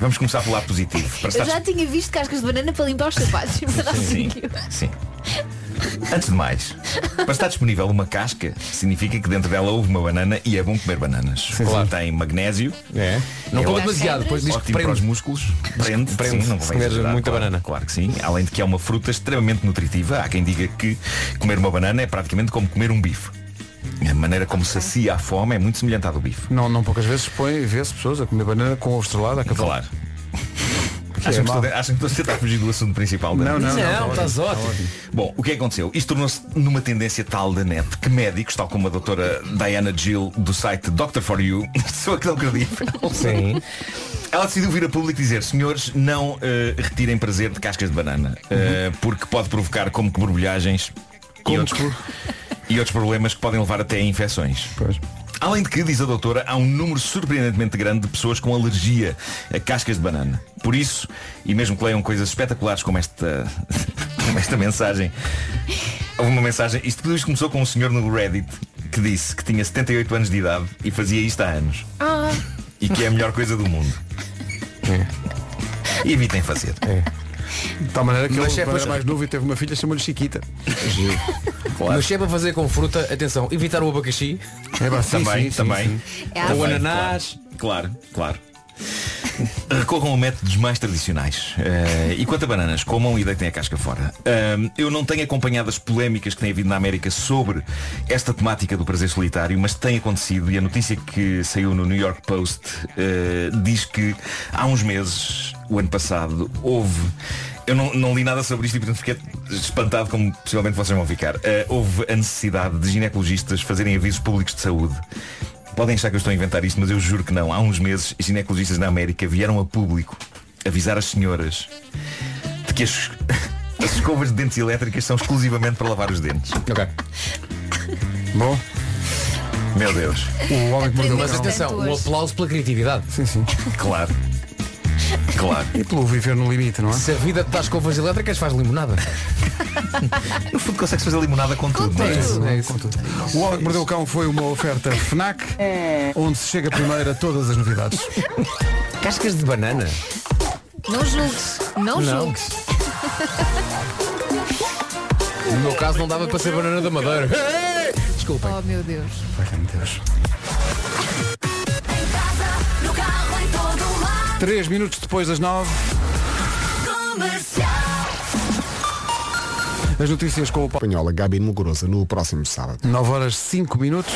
S20: Vamos começar pelo lado positivo. Para
S8: Eu
S20: estar
S8: já tinha visto cascas de banana para limpar os sapatos. mas não
S20: Sim,
S8: conseguiu.
S20: sim. Antes de mais, para estar disponível uma casca, significa que dentro dela houve uma banana e é bom comer bananas. claro. Tem magnésio. É.
S3: Não coma
S20: ótimo-
S3: demasiado, depois diz que
S20: ótimo para
S3: prende.
S20: os músculos. Prende,
S3: Prende,
S20: sim, não
S3: se
S20: convém
S3: comer
S20: exagerar,
S3: muita
S20: claro,
S3: banana.
S20: Claro que sim. Além de que é uma fruta extremamente nutritiva. Há quem diga que comer uma banana é praticamente como comer um bife. A maneira como sacia a fome é muito semelhante à do bife.
S1: Não, não poucas vezes põe vê-se pessoas a comer banana com ovo estrelado a cavalo.
S20: Claro.
S1: Que
S20: Acho
S1: é
S20: que,
S1: mau.
S20: estou, acho que estou a tentar fugir do assunto principal. da
S1: Não, não,
S20: notícia.
S1: não, Não, está estás ótimo, ótimo.
S20: Bom, o que é que aconteceu? Isto tornou-se numa tendência tal da net que médicos, tal como a doutora Diana Gill do site Doctor for You, pessoa que não acredita.
S3: Sim.
S20: Ela decidiu vir a público dizer, senhores, não eh, retirem prazer de cascas de banana, eh, porque pode provocar como que borbulhagens e, outros, e outros problemas que podem levar até a infecções. Além de que, diz a doutora, há um número surpreendentemente grande de pessoas com alergia a cascas de banana. Por isso, e mesmo que leiam coisas espetaculares como esta, como esta mensagem, houve uma mensagem. Isto tudo isto começou com um senhor no Reddit que disse que tinha 78 anos de idade e fazia isto há anos
S8: Ah.
S20: e que é a melhor coisa do mundo.
S1: É.
S20: E Evitem fazer.
S1: De tal maneira que
S3: Mas
S1: ele
S3: se é
S1: quando era
S3: para-
S1: mais novo e teve uma filha, chamou-lhe Chiquita.
S3: Mas se é para fazer com fruta, atenção, evitar o abacaxi.
S1: É pá, sim,
S20: também,
S1: sim,
S20: também.
S3: sim.
S8: É
S20: Também,
S3: o ananás.
S20: Claro, claro. claro. Recorram a métodos mais tradicionais. Eh, e quanto a bananas, comam e deitem a casca fora. Ahm, eu não tenho acompanhado as polémicas que têm havido na América sobre esta temática do prazer solitário, mas tem acontecido e a notícia que saiu no New York Post eh, diz que há uns meses, o ano passado, houve. Eu não, não li nada sobre isto e portanto fiquei espantado como possivelmente vocês vão ficar. Eh, houve a necessidade de ginecologistas fazerem avisos públicos de saúde Podem achar que eu estou a inventar isto, mas eu juro que não. Há uns meses, ginecologistas na América vieram a público avisar as senhoras de que as, as escovas de dentes elétricas são exclusivamente para lavar os dentes. Ok.
S1: Bom.
S20: Meu Deus.
S1: O homem
S3: Mas atenção, um aplauso pela criatividade.
S1: Sim, sim.
S20: Claro. Claro.
S1: E pelo viver no limite, não é?
S3: Se a vida te dá escovas elétricas, faz limonada.
S20: no fundo, consegues fazer limonada com tudo. não é?
S1: O Homem que Mordeu o Cão foi uma oferta FNAC, onde se chega primeiro a todas as novidades.
S3: Cascas de banana.
S4: Não julgues, não,
S3: Não.
S4: julgues.
S3: No meu caso, não dava para ser banana da madeira. Desculpem.
S4: Oh meu Deus.
S1: Deus. 3 minutos depois das 9. As notícias com o
S2: Espanhola Gabi Mugurosa no próximo sábado.
S1: 9 horas 5 minutos.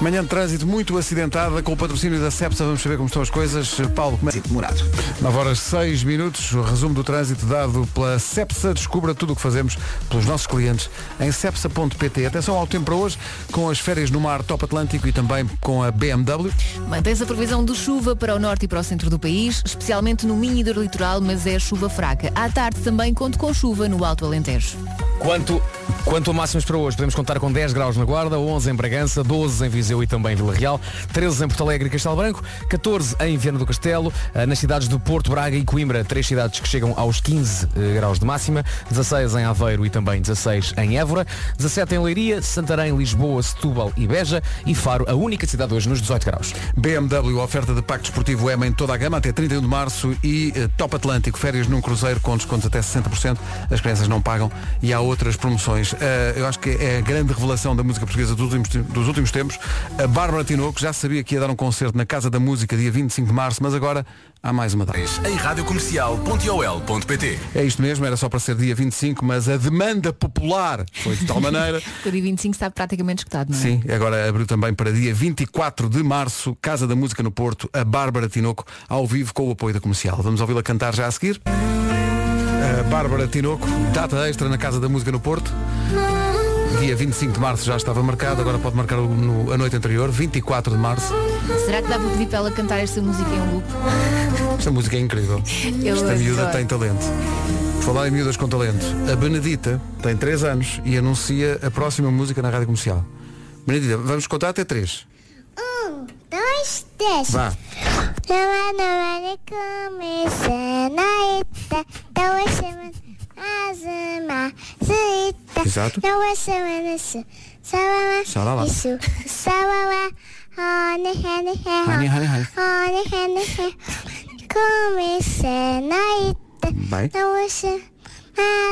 S1: Manhã de trânsito muito acidentada com o patrocínio da Cepsa. Vamos saber como estão as coisas. Paulo, é começa.
S5: Demorado.
S1: 9 horas 6 minutos. O resumo do trânsito dado pela Cepsa. Descubra tudo o que fazemos pelos nossos clientes em cepsa.pt. Atenção ao tempo para hoje com as férias no mar Top Atlântico e também com a BMW.
S4: Mantém-se a previsão de chuva para o norte e para o centro do país, especialmente no Minho e do Litoral, mas é chuva fraca. À tarde também conto com chuva no Alto Alentejo.
S3: Quanto, quanto a máximos para hoje, podemos contar com 10 graus na Guarda, 11 em Bragança, 12 em Viseu e também em Vila Real, 13 em Porto Alegre e Castelo Branco, 14 em Viana do Castelo, eh, nas cidades de Porto, Braga e Coimbra, três cidades que chegam aos 15 eh, graus de máxima, 16 em Aveiro e também 16 em Évora, 17 em Leiria, Santarém, Lisboa, Setúbal e Beja e Faro, a única cidade hoje nos 18 graus.
S1: BMW, oferta de Pacto Esportivo EMA em toda a gama até 31 de março e eh, Top Atlântico, férias num cruzeiro com descontos até 60%. As crianças não pagam e há outras promoções. Eh, eu acho que é a grande revelação da música portuguesa dos últimos, dos últimos tempos. A Bárbara Tinoco já sabia que ia dar um concerto na Casa da Música dia 25 de março, mas agora há mais uma data.
S7: Em radiocomercial.ol.pt
S1: É isto mesmo, era só para ser dia 25, mas a demanda popular foi de tal maneira
S4: O dia 25 está praticamente escutado, não é?
S1: Sim, agora abriu também para dia 24 de março, Casa da Música no Porto, a Bárbara Tinoco, ao vivo com o apoio da comercial. Vamos ouvi-la cantar já a seguir. A eh, Bárbara Tinoco, data extra na Casa da Música no Porto. Dia 25 de março já estava marcado, agora pode marcar o- no- a noite anterior, 24 de março.
S4: Será que dá para pedir para ela cantar esta música em loop?
S1: Esta música é incrível.
S4: Eu
S1: Esta miúda
S4: adoro.
S1: tem talento. Por Falar em miúdas com talento. A Benedita tem 3 anos e anuncia a próxima música na rádio comercial. Benedita, vamos contar até 3.
S11: Um, dois, três.
S1: Vá.
S11: Ela não era começar na eta, não é semana azama, zita.
S1: Exato.
S11: Não é semana se, salama,
S1: Salama.
S11: isso, salama, hone, hone,
S1: Honey, honey, honey.
S11: hone, hone, hone, começar na eta,
S1: Vai.
S11: não é semana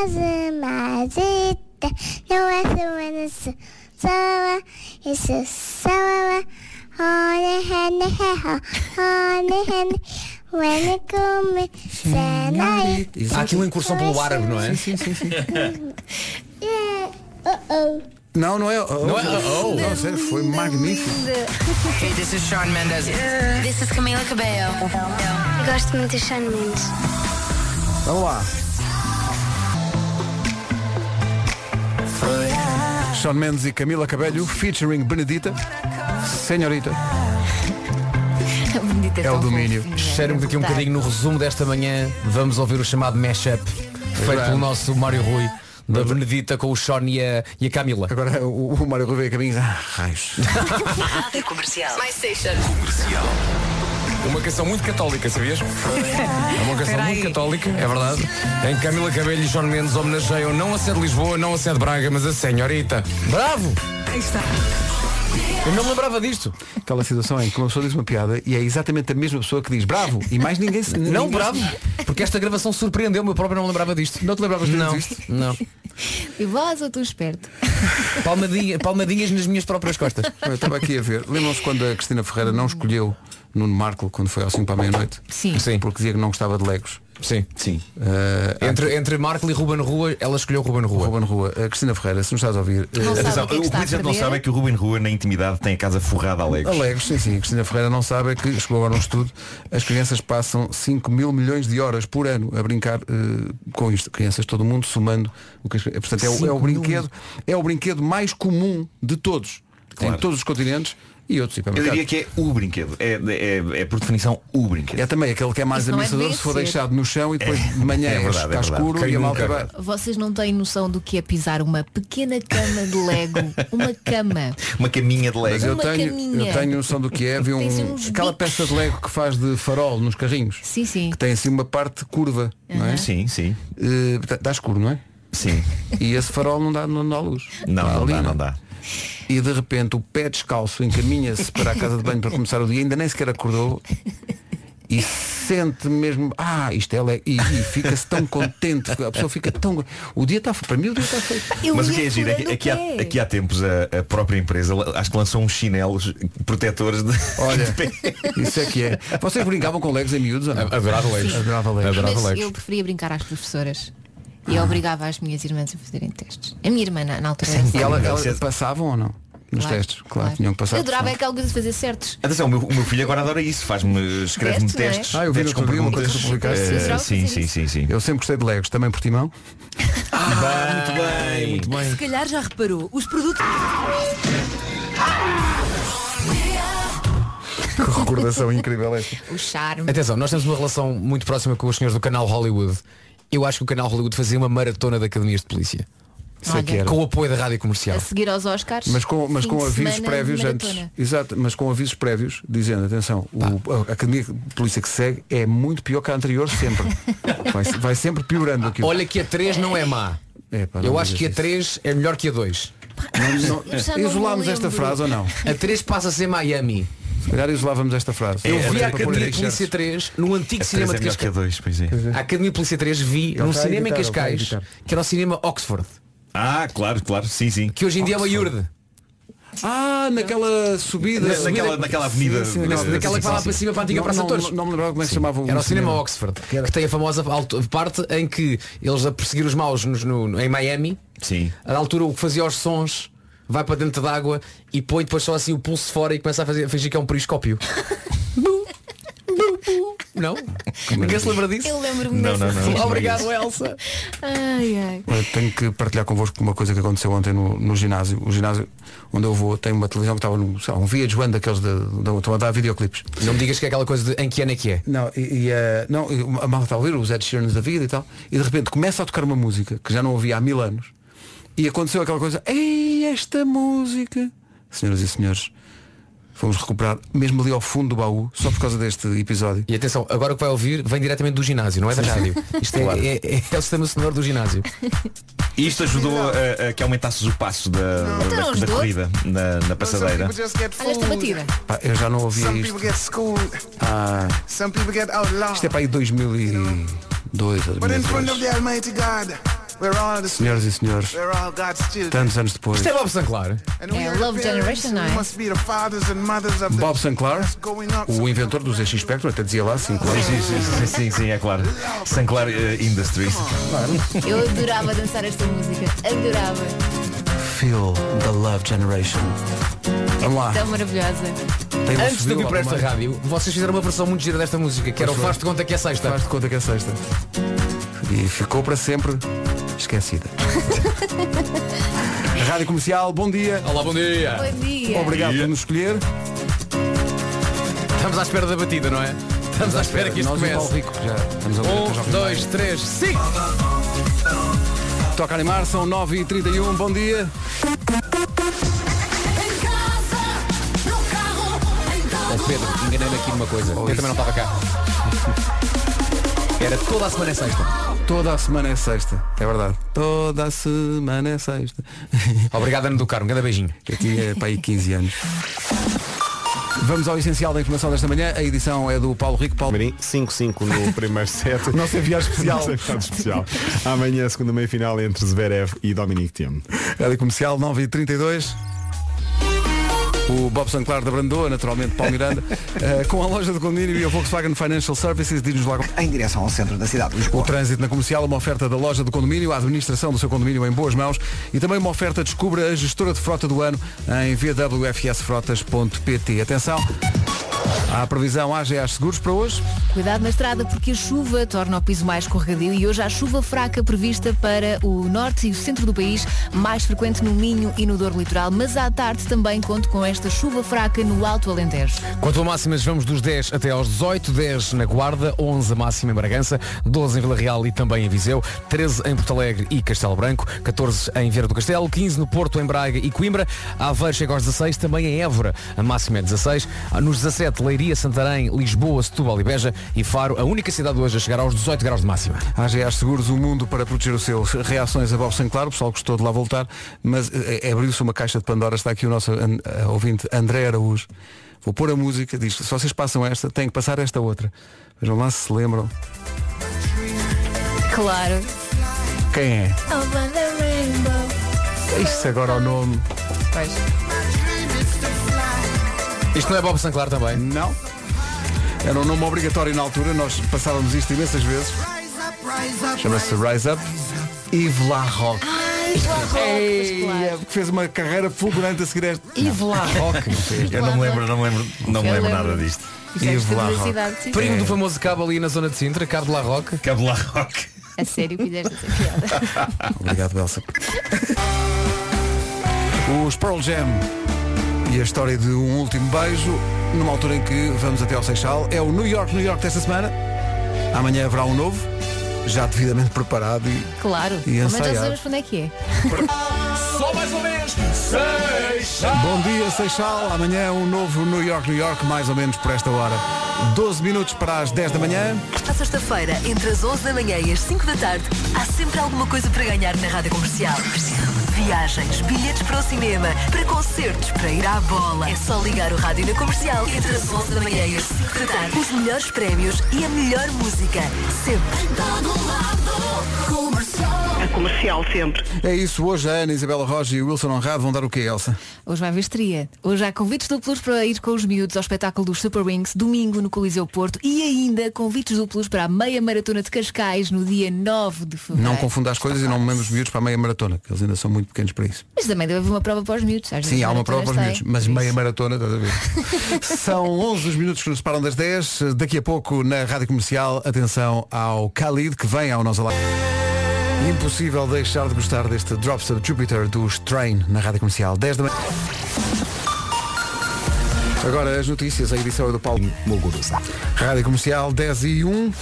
S11: azama, zita. Não é semana se, salama, isso, salama, hone, hone, hone, hone, hone. When it comes, then I...
S3: Há aqui uma incursão pelo árabe, não é?
S1: Sim, sim, sim.
S11: Yeah. Uh-oh.
S1: Não, não é.
S3: Não é- oh.
S1: Não, sério, foi magnífico.
S19: Hey, this is Sean Mendes. This is Camila Cabello.
S11: Gosto muito de Sean Mendes.
S1: Vamos lá. Sean Mendes e Camila Cabello, featuring Benedita, Senhorita.
S4: Benedita
S1: É o
S4: tão
S1: domínio.
S4: fofinha.
S3: Cheiro-me daqui um
S4: Verdade.
S3: bocadinho no resumo desta manhã. Vamos ouvir o chamado mashup feito
S1: Verdade.
S3: pelo nosso Mário Rui, da Benedita com o Sean e a, e a Camila.
S1: Agora o, o Mário Rui veio a caminho e diz, ah, raios.
S19: Rádio comercial. My station.
S3: Uma canção muito católica, sabias? É uma canção
S19: Espera aí.
S3: muito católica, é verdade. Em que Camila Cabello e Sean Mendes homenageiam não a sede de Lisboa, não a sede de Braga, mas a senhorita. Bravo!
S19: Aí está.
S3: Eu não me lembrava disto.
S1: Aquela situação em que uma pessoa diz uma piada e é exatamente a mesma pessoa que diz bravo e mais ninguém se.
S3: Não,
S1: ninguém
S3: bravo.
S1: se-
S3: Porque esta gravação surpreendeu-me, eu próprio não me lembrava disto.
S1: Não te lembravas de
S3: Não,
S1: disto?
S3: não.
S4: E vós ou tu esperto?
S3: Palmadinha- palmadinhas nas minhas próprias costas.
S1: Eu estava aqui a ver. Lembram-se quando a Cristina Ferreira não escolheu Nuno Marco quando foi ao 5 para a meia-noite?
S4: Sim.
S3: Sim.
S1: Porque dizia que não gostava de legos.
S3: Sim.
S20: Sim.
S1: Eh,
S3: Entre, entre Marco e Ruben Rua, ela escolheu Ah. Ruben Rua.
S1: Ruben Rua, a Cristina Ferreira, se nos estás a ouvir. eh,
S4: Não sabe
S20: Atenção,
S4: o que é que
S20: o que
S4: está a
S20: a gente não
S4: perder.
S20: sabe é que o Ruben Rua, na intimidade, tem a casa forrada a legos.
S1: Alegres, sim, sim. A Cristina Ferreira não sabe é que chegou agora um estudo. As crianças passam 5 mil milhões de horas por ano a brincar eh, com isto. Crianças de todo o mundo somando. O que as- portanto, é, o- é o
S3: 5 mil.
S1: brinquedo, é o brinquedo mais comum de todos.
S20: Claro.
S1: Em todos os continentes. E outros
S20: Eu
S1: hipermercados.
S20: diria que é o brinquedo. É, é, é por definição o brinquedo.
S1: É também aquele que é mais
S4: Isso não é
S1: ameaçador
S4: de
S1: se for
S4: vencer.
S1: deixado no chão e depois de manhã
S20: É
S1: é,
S20: verdade, é
S1: ficar
S20: verdade.
S1: escuro
S20: Quem
S1: e a malta
S20: nunca?
S1: vai.
S4: Vocês não têm noção do que é pisar uma pequena cama de Lego. Uma cama.
S20: Uma caminha de lego.
S1: Mas eu
S4: Uma
S1: tenho,
S4: caminha.
S1: eu tenho noção do que é, vi
S4: Tens
S1: um,
S4: uns
S1: aquela
S4: bicos.
S1: peça de Lego que faz de farol nos carrinhos.
S4: Sim, sim.
S1: Que tem assim uma parte curva, não é?
S4: Aham.
S20: Sim, sim.
S1: Eh, tá- dá escuro, não é?
S20: Sim.
S1: E esse farol não dá, não dá luz.
S20: Não,
S1: Está
S20: não
S1: ali, é?
S20: dá, não dá.
S1: E de repente o pé descalço encaminha-se para a casa de banho para começar o dia, ainda nem sequer acordou e sente mesmo, ah, isto é Lego. E, e fica-se tão contente, a pessoa fica tão. O dia está para mim o dia está feito.
S20: Mas o que é giro é que aqui há, aqui há tempos a, a própria empresa la- acho que lançou uns chinelos protetores de,
S1: Olha,
S20: de pé.
S1: Isso é que é. Vocês brincavam com Legos em miúdos ou não?
S3: Adorava Legos.
S1: Adorava Legos.
S4: Mas eu preferia brincar às professoras. E obrigava as minhas irmãs a fazerem testes. A minha irmã, na, na altura, era
S1: E
S4: só-
S1: ela, ela passavam ou não? Nos
S4: Claro,
S1: testes, claro, tinham que passar.
S4: Eu adorava é que alguém fazer certos.
S20: Atenção, o meu, o meu filho agora adora isso, faz-me, escreve-me
S4: Testes, não é?
S20: testes.
S1: Ah, eu vi no
S20: testes com
S1: outro dia uma
S20: perguntas.
S1: coisa que publicaste. Sim,
S20: Eh,
S1: será
S20: sim, sim, sim, sim.
S1: Eu sempre gostei de Legos, também por timão. Ah,
S20: Bem, muito
S16: Se calhar já reparou, os produtos.
S1: Que recordação incrível esta.
S4: O charme.
S3: Atenção, nós temos uma relação muito próxima com os senhores do canal Hollywood. Eu acho que o canal Hollywood fazia uma maratona de academias de polícia.
S1: Isso é que era.
S3: Com o apoio da rádio comercial.
S4: A seguir aos Oscars.
S1: Mas com, mas
S4: fim
S1: com
S4: de
S1: avisos
S4: semana,
S1: prévios
S4: maratona.
S1: antes. Exato, mas com avisos prévios, dizendo, atenção, o, a academia de polícia que segue é muito pior que a anterior sempre. vai, vai sempre piorando aquilo.
S3: Olha que a 3 não é má.
S1: É, pá, não
S3: Eu acho que a
S1: digas
S3: 3 é melhor que a 2.
S1: Não-
S4: Eu já não me
S1: isolámos
S4: lembro.
S1: esta frase ou não?
S3: A 3 passa a ser Miami.
S1: Se calhar isolávamos esta frase.
S3: Eu
S1: Era
S3: vi a
S1: para pôr
S3: Academia de
S1: em
S3: Polícia
S1: t-shirts.
S3: 3 no antigo
S20: A
S3: cinema
S20: três é
S3: de
S20: melhor que a
S3: Cascais.
S20: dois, pois é.
S3: A Academia de Polícia 3 vi num
S20: está a
S3: cinema em
S20: editar, ele está a
S3: Cascais, que era o cinema Oxford,
S20: Ah, claro, claro, sim, sim.
S3: que hoje em dia é uma iurde.
S1: Ah, naquela subida.
S20: Na- naquela- naquela avenida.
S1: Sim, sim, naquela-
S20: Sim,
S3: Aquela
S20: sim,
S3: que vai lá
S20: sim.
S3: para cima para a antiga
S1: Não-
S3: Praça
S1: não-
S3: de Torres.
S1: Não me lembrava como é que se chamava o
S3: Era o cinema
S1: cinema.
S3: Oxford, que tem a famosa alto- parte em que eles a perseguir os maus nos- no- em Miami,
S20: Sim.
S3: a da altura o que fazia aos sons, vai para dentro d'água e põe depois só assim o pulso fora e começa a, fazer, a fingir que é um periscópio. Bu, bu, bu. é não? Ninguém se lembra disso?
S4: Eu lembro-me
S20: Não,
S4: dessa
S20: não, não,
S4: cena.
S20: não.
S3: Obrigado, Elsa.
S4: Ai, ai.
S1: Eu tenho que partilhar convosco uma coisa que aconteceu ontem no, no ginásio. O ginásio onde eu vou tem uma televisão que estava num, sei lá, um VH1 daqueles de, de, estão a dar videoclipes.
S3: Não me digas que é aquela coisa de em que ano é que é.
S1: Não, e, e, eh, não, e a malta está a ouvir os Ed Sheeran da vida e tal, e de repente começa a tocar uma música que já não ouvia há mil anos, e aconteceu aquela coisa, ei, esta música. Senhoras e senhores, fomos recuperar, mesmo ali ao fundo do baú, só por causa deste episódio.
S3: E atenção, agora o que vai ouvir vem diretamente do ginásio, não é da rádio. Isto é, é, é- é o sistema sonoro do ginásio.
S20: Isto ajudou a, a que aumentasses o passo da, da-
S4: Então, os
S20: da
S4: dois.
S20: corrida na, na
S1: é.
S20: passadeira.
S4: Olha esta batida.
S1: Pá, eu já não ouvia isto. Ah, isto é para aí 2002 ou 2003. Senhoras e senhores, tantos anos depois,
S3: Isto é Bob Sanclar.
S4: É Love Generation, não é?
S1: Bob Sinclair, o inventor dos X Spectrum, até dizia lá 5
S20: Sim,
S1: anos.
S20: sim, sim, sim, sim, sim, é claro. Sanclar eh, Industries.
S4: Eu adorava dançar esta música. Adorava.
S1: Feel the Love Generation. Vamos lá.
S4: Tão maravilhosa.
S1: Tem um
S3: Antes de
S1: subiu
S3: eu ir para
S1: ao
S3: esta
S1: meio.
S3: rádio, vocês fizeram uma versão muito gira desta música, que era o
S1: Pois foi.
S3: Faz de Conta que é Sexta.
S1: Faz de conta que é sexta. E ficou para sempre esquecida. Rádio Comercial, bom dia.
S3: Olá, bom dia.
S4: Bom dia.
S1: Obrigado por nos escolher.
S3: Estamos à espera da batida, não é? Estamos à espera que isto
S1: Nós e Paulo
S3: comece.
S1: Rico já estamos a ouvir.
S3: Um, dois, três, cinco.
S1: Toca animar, são 9h31, bom dia.
S3: Pedro, enganei-me aqui numa coisa. Eu também não estava cá. Era toda a semana é sexta.
S1: Toda a semana é sexta, é verdade. Toda a semana é sexta.
S3: Obrigado, Ana do Carmo. Um grande beijinho.
S1: Eu tinha para aí 15 anos. Vamos ao essencial da informação desta manhã. A edição é do Paulo Rico. Paulo...
S2: Marim, 5-5 no primeiro set.
S1: Nossa enviado especial.
S2: Nossa enviada especial. Amanhã, segunda meia-final entre Zverev e Dominic Thiem.
S1: Rádio É Comercial 9 e 32 o Bob Sanclar da Brandoa, naturalmente Paulo Miranda, eh, com a loja de condomínio e a Volkswagen Financial Services, diz-nos lá
S5: Em direção ao centro da cidade de
S1: o
S5: Lisboa.
S1: trânsito na comercial, uma oferta da loja do condomínio, a administração do seu condomínio em boas mãos e também uma oferta descubra a gestora de frota do ano em vwfsfrotas.pt. Atenção, Há a previsão AGA Seguros para hoje.
S4: Cuidado na estrada porque a chuva torna o piso mais escorregadio e hoje há chuva fraca prevista para o norte e o centro do país, mais frequente no Minho e no Douro Litoral, mas à tarde também conto com esta chuva fraca no Alto Alentejo.
S3: Quanto a máximas, vamos dos 10 até aos 18, 10 na Guarda, 11 a máxima em Bragança, 12 em Vila Real e também em Viseu, 13 em Porto Alegre e Castelo Branco, 14 em Vieira do Castelo, 15 no Porto, em Braga e Coimbra, Aveiro chega aos 16, também em Évora, a máxima é 16, nos 17 Leiria, Santarém, Lisboa, Setúbal e Beja e Faro, a única cidade hoje a chegar aos 18 graus de máxima.
S1: AGA Seguros, o mundo para proteger o seu. Reações a Bob Sinclair, o pessoal gostou de lá voltar, mas eh, eh, abriu-se uma caixa de Pandora, está aqui o nosso an- eh, ouvinte André Araújo. Vou pôr a música, diz, se vocês passam esta, tem que passar esta outra. Vejam lá se se lembram.
S4: Claro.
S1: Quem é?
S11: Over the rainbow.
S1: Isto agora é o nome.
S4: Pois.
S3: Isto não é Bob Sinclair também?
S1: Não. Era um nome obrigatório na altura, nós passávamos isto imensas vezes. Chama-se Rise Up. Yves La Rock.
S4: Ai, claro.
S1: que fez uma carreira fulgurante a seguir esta. Yves La Rock.
S20: Eu não me lembro, não me lembro, não me
S4: Eu
S20: lembro
S4: lembro.
S20: nada disto.
S4: Isso é Yves La Rock. curiosidade, sim.
S3: Primo
S20: É.
S3: do famoso cabo ali na zona de Sintra, Cabo de La Roque.
S20: Cabo La Roque.
S4: A sério, fizeste essa piada.
S1: Obrigado, Belsa. Os Pearl Jam e a história de um último beijo, numa altura em que vamos até ao Seixal. É o New York, New York desta semana. Amanhã haverá um novo, já devidamente preparado e
S4: Claro.
S1: E
S4: Mas já
S1: ensaiar.
S4: sabemos quando é que é.
S3: Só mais ou menos.
S1: Bom dia, Seixal. Amanhã um novo New York, New York, mais ou menos por esta hora. 12 minutos para as 10 da manhã.
S16: À sexta-feira, entre as 11 da manhã e as 5 da tarde, há sempre alguma coisa para ganhar na Rádio Comercial. Viagens, bilhetes para o cinema, para concertos, para ir à bola. É só ligar o rádio na Comercial entre as 11 da manhã e as 5 da tarde. Os melhores prémios e a melhor música. Sempre.
S13: A comercial sempre.
S1: É isso, hoje a Ana Isabela Roja e o Wilson Honrado vão dar o quê, Elsa?
S4: Hoje vai haver estreia. Hoje há convites duplos para ir com os miúdos ao espetáculo dos Super Wings, domingo no Coliseu Porto e ainda convites duplos para a meia maratona de Cascais no dia 9 de fevereiro.
S1: Não confunda as coisas e não mando os miúdos para a meia maratona, que eles ainda são muito pequenos para isso.
S4: Mas também deve haver uma prova para os miúdos. Às
S1: Sim,
S4: vezes
S1: há uma prova
S4: maratonas
S1: para os miúdos,
S4: têm.
S1: mas meia maratona, estás a ver? São 11 os minutos que nos separam das 10. Daqui a pouco, na Rádio Comercial, atenção ao Khalid, que vem ao nosso lado. Impossível deixar de gostar deste Drops of Jupiter dos Train na Rádio Comercial. 10 da manhã. Agora as notícias, a edição é do Paulo Muguruza. Rádio Comercial 10 e 1.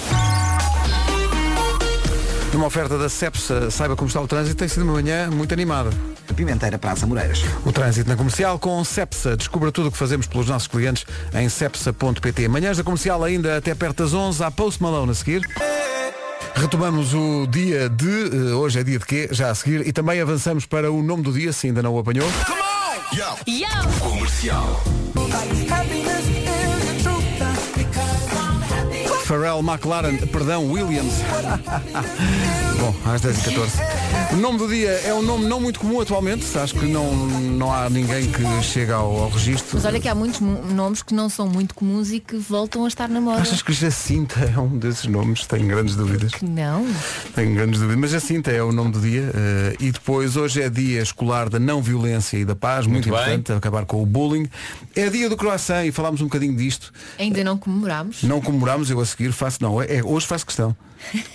S1: Numa oferta da CEPSA, saiba como está o trânsito, tem sido uma manhã muito animada.
S5: Pimenteira, Praça Moreiras.
S1: O trânsito na comercial com Cepsa. Descubra tudo o que fazemos pelos nossos clientes em cepsa.pt. Manhãs da comercial ainda até perto das 11, há Post Malone a seguir. Retomamos o dia de, eh, hoje é dia de quê? Já a seguir. E também avançamos para o nome do dia, se ainda não o apanhou.
S7: Comercial.
S1: Pharrell McLaren, perdão, Williams. Bom, às 10h14. O nome do dia é um nome não muito comum atualmente. Acho que não, não há ninguém que chega ao, ao registro.
S4: Mas olha que há muitos mu- nomes que não são muito comuns e que voltam a estar na moda.
S1: Achas que Jacinta é um desses nomes? Tenho grandes dúvidas.
S4: que não?
S1: Tenho grandes dúvidas. Mas Jacinta é o nome do dia. eh, e depois, hoje é dia escolar da não violência e da paz. Muito,
S20: Muito bem.
S1: importante, acabar com o bullying. É dia do croissant e falámos um bocadinho disto.
S4: Ainda não comemorámos.
S1: Não comemorámos, eu a seguir faço, não, é, é- hoje faço questão.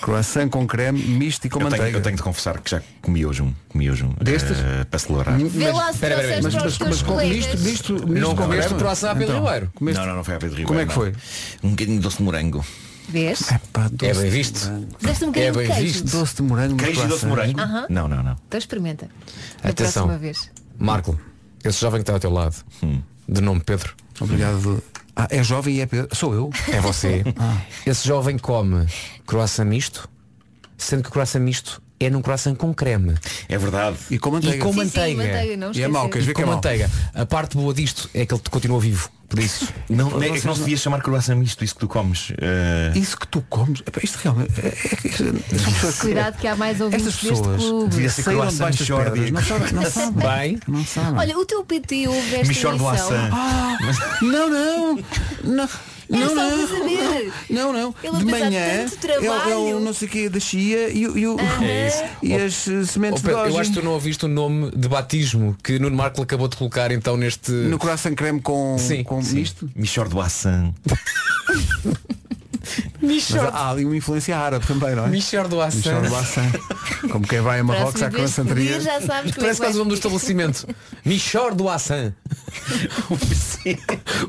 S1: Croissant com creme, misto e com
S20: Eu tenho,
S1: manteiga.
S20: eu tenho de confessar que já comi hoje um. Comi hoje um.
S1: Destes?
S20: eh, para celebrar.
S1: Mas-
S4: Vê lá se
S1: pera, pera,
S4: trouxeste
S1: mas-
S4: para
S1: mas-
S4: os teus
S1: mas com-
S4: colegas.
S1: misto, misto, misto com
S20: comeste
S1: creme?
S20: o croissant
S3: à Pedro é Ribeiro?
S1: comeste-
S20: Não, não, não foi a Pedro Ribeiro.
S1: Como é que
S20: não.
S1: foi?
S20: Um bocadinho de doce de morango.
S4: Vês?
S1: Pá, doce
S3: É bem
S1: de
S3: visto.
S1: morango.
S4: Deste um bocadinho de queijo.
S1: Doce de morango.
S20: Queijo
S1: Um
S20: e
S1: croissant.
S20: doce de morango?
S4: Aham.
S20: Não, não, não.
S4: Então experimenta.
S3: Atenção.
S4: Da próxima vez.
S3: Marco, esse jovem que está ao teu lado, de nome Pedro.
S1: Obrigado. Ah, é jovem e é Pedro. Sou eu.
S3: É você. Esse jovem come croissant misto, sendo que o croissant misto é num croissant com creme.
S20: É verdade.
S1: E com
S3: E
S1: manteiga.
S3: com
S4: Sim, sim,
S3: manteiga.
S4: manteiga, não
S1: E é mau,
S4: esquecer.
S1: queres ver
S3: E
S1: que é
S3: com
S1: mau?
S3: manteiga. A parte boa disto é que ele continua vivo. Por isso.
S20: Não, não, é que não se devia chamar croissant misto, isso que tu comes. eh,
S1: Isso que tu comes, epá, isto realmente é, é, que- são pessoas que-
S4: Cuidado que há mais ouvintes
S1: Estas
S4: deste
S1: pessoas
S4: clube.
S20: devia ser
S1: saíram
S20: croissant
S1: debaixo das
S20: Jordi.
S1: pedras, não sabem, não sabem.
S3: Bem,
S1: Não sabem.
S4: Olha, o teu PT ouve esta
S20: Michor do
S4: emissão.
S20: Assan.
S1: Ah, não, não, não. Não,
S8: É só
S1: não.
S8: para saber.
S1: Não, não.
S8: Ele
S1: de
S8: apesar de
S1: manhã
S8: tanto trabalho. Ah.
S1: é o não sei o quê da chia e, o- e, o-
S3: É isso.
S1: e as eh,
S3: Oh,
S1: sementes de
S3: Pedro, eu
S1: goji.
S3: acho que tu não ouviste o nome de batismo que Nuno Marco acabou de colocar então neste. No
S1: coração creme com, com misto?
S20: Michor do Assan.
S1: Mas há ali uma influência árabe também, não é?
S3: Michor do Assan.
S1: Michor do Assan. Como quem vai a Marrocos à
S8: Próxima vez que
S1: Constantaria.
S8: pedir, já sabes como é
S3: Parece
S8: que vai.
S3: quase o nome do estabelecimento. Michor do Assan.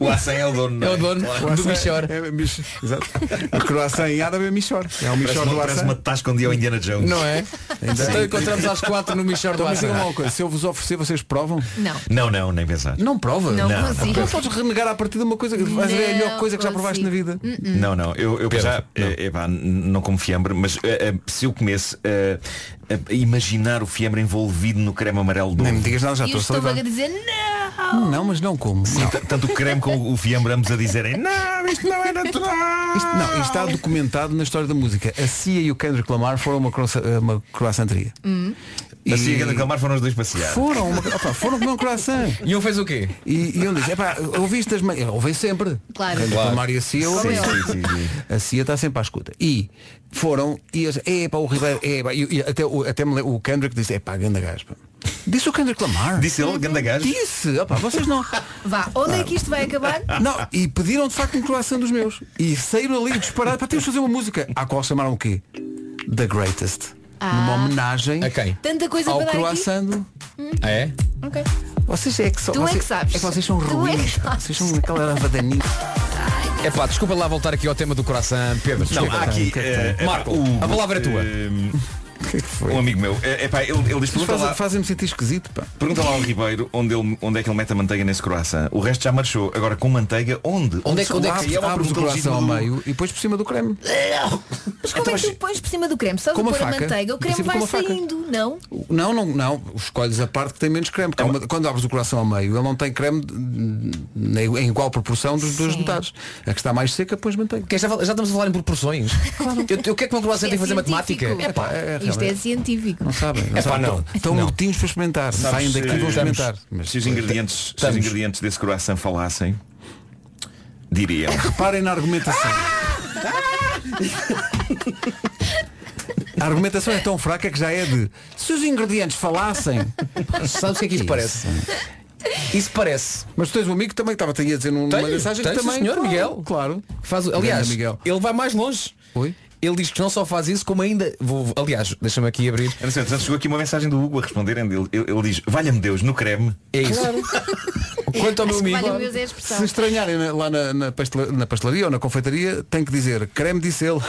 S20: O Assan é o dono.
S3: É o dono
S1: O Assan
S3: do Michor.
S1: É, mich- Exato. O croissant em árabe é Michor. É o
S20: Parece
S1: Michor
S20: uma,
S1: do
S20: parece
S1: Assan.
S20: uma tasca um dia ao Indiana Jones.
S3: Não é? Então encontramos às quatro no Michor do
S1: Então, mas
S3: Assan.
S1: digam uma coisa, se eu vos oferecer, vocês provam?
S4: Não.
S20: Não, não, nem pensar.
S1: Não prova?
S20: Não Não, consigo.
S1: Então podes renegar a partir de uma coisa que vais ver a melhor
S4: Não
S1: coisa que já provaste na vida.
S20: Não, não, eu, eu já não. Epá, n- não como fiambre, mas eh, eh, se eu comesse eh, a imaginar o fiambre envolvido no creme amarelo do
S1: Nem me digas nada, já
S8: E o
S1: estou a
S8: estômago a
S1: salivar.
S8: dizer não.
S1: Não, mas não como.
S20: Sim, t- Tanto o creme como o fiambre ambos a dizerem Não, isto não é natural
S1: Isto, não, isto está documentado na história da música. A Cia e o Kendrick Lamar foram uma, croça, uma croissanteria.
S20: Assim Assim, a reclamar foram os dois passear
S1: Foram, uma, opa, foram comer um croissant.
S3: E um fez o quê?
S1: E, e um diz, epá, ouviste as ma-" Eu Ouvem sempre.
S4: Claro.
S1: Kendrick
S4: Claro.
S1: Lamar e a Cia
S4: Sim,
S1: ouvem.
S4: sim,
S1: A Cia está sempre à escuta. E foram, e as, epá, o Ribeiro, epá, e, e até, o- até me le- o Kendrick disse, epá, ganda gaspa. Disse o Kendrick Lamar.
S20: Disse ele, ganda gajo
S1: Disse, opá, vocês não.
S8: Vá, onde é que isto vai acabar?
S1: Não, e pediram de facto um croissant dos meus. E saíram ali disparados para termos de fazer uma música. À qual chamaram o quê? The Greatest.
S4: Ah.
S1: Numa homenagem a quem?
S4: Tanta coisa
S1: ao
S4: para dar
S1: croissant. do-
S3: É?
S4: aqui. Ok.
S1: Vocês é que são.
S4: Tu é
S1: vocês,
S4: que sabes.
S1: É que vocês são
S4: Tu é que
S1: ruins.
S4: sabes.
S1: Vocês são aquela lavadaninha.
S3: É pá, desculpa lá voltar aqui ao tema do coração, Pedro.
S20: Não,
S3: desculpa.
S20: há aqui eh, epá,
S3: é Marco,
S20: o-
S3: a palavra é tua.
S1: é
S20: eh, Um amigo meu eh, epá, ele, ele diz,
S1: Vocês
S20: pergunta
S1: fazem-
S20: lá
S1: Fazem-me sentir esquisito, pá.
S20: Pergunta lá ao Ribeiro onde, ele, onde é que ele mete a manteiga nesse croissant O resto já marchou, agora com manteiga onde?
S1: Abres-
S20: É uma
S1: abres o
S20: pergunta
S1: croissant ao
S20: legítima do-
S1: meio e depois por cima do creme.
S8: Mas como é que tu pões por cima do creme? Só de
S1: Com uma
S8: pôr a
S1: faca.
S8: manteiga, o
S1: Em
S8: creme
S1: cima
S8: vai
S1: com uma faca.
S8: saindo, não?
S1: Não, não, não. Escolhes a parte que tem menos creme. porque
S20: É
S1: há uma- quando abres o coração ao meio, ele não tem creme de- na- em igual proporção dos dois metades. A que está mais seca, pões manteiga.
S3: Já, já estamos a falar em proporções. Eu, eu quero que o meu croissant tem que fazer matemática.
S8: é científico.
S3: Epá,
S8: Isto é científico.
S1: Não sabem. Não
S3: Epá,
S1: sabem.
S3: não.
S1: Estão
S3: Não.
S1: mortinhos Então para experimentar.
S20: Sabes,
S1: Saem daqui e
S20: eh,
S1: vão
S20: estamos-
S1: experimentar.
S20: se, os ingredientes, se os ingredientes desse croissant falassem, diriam.
S1: Reparem na argumentação. A argumentação é tão fraca que já é de se os ingredientes falassem.
S3: Sabes o que é que isto parece? Isso parece.
S1: Mas tu tens um amigo que também estava a dizer numa
S3: Tenho,
S1: mensagem
S3: tenho,
S1: que também.
S3: sim, senhor
S1: claro,
S3: Miguel.
S1: Claro.
S3: Faz,
S1: Grande
S3: aliás,
S1: Miguel.
S3: ele vai mais longe.
S1: Oi?
S3: Ele diz que não só faz isso, como ainda. Vou, aliás, deixa-me aqui abrir.
S20: Entretanto, chegou aqui uma mensagem do Hugo a responderem. Ele, ele, ele diz, valha-me Deus, no creme.
S3: É isso. Quanto ao meu
S8: Acho que
S3: amigo.
S8: vale o Deus é a
S4: Tá.
S8: expressão.
S1: Se estranharem na- lá na, na pastela- na pastelaria ou na confeitaria, tem que dizer creme disse ele.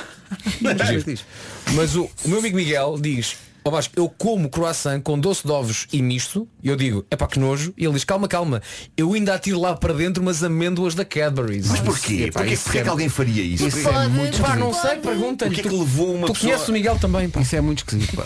S3: Mas o, o meu amigo Miguel diz, "Ó Vasco, eu como croissant com doce de ovos e misto, e eu digo, é pá que nojo, e ele diz, calma, calma, eu ainda atiro lá para dentro umas amêndoas da Cadbury's.
S20: Mas porquê?
S3: Epá,
S20: porquê
S3: isso
S20: porquê
S3: é-
S20: que alguém faria isso?
S1: Isso
S3: Pode,
S1: é muito
S3: pá, não
S1: esquisito.
S3: sei, pergunta-lhe.
S20: O que é que
S3: tu-
S20: levou uma
S3: tu
S20: pessoa-
S3: conheces o Miguel também, pá.
S1: Isso é muito esquisito. pá.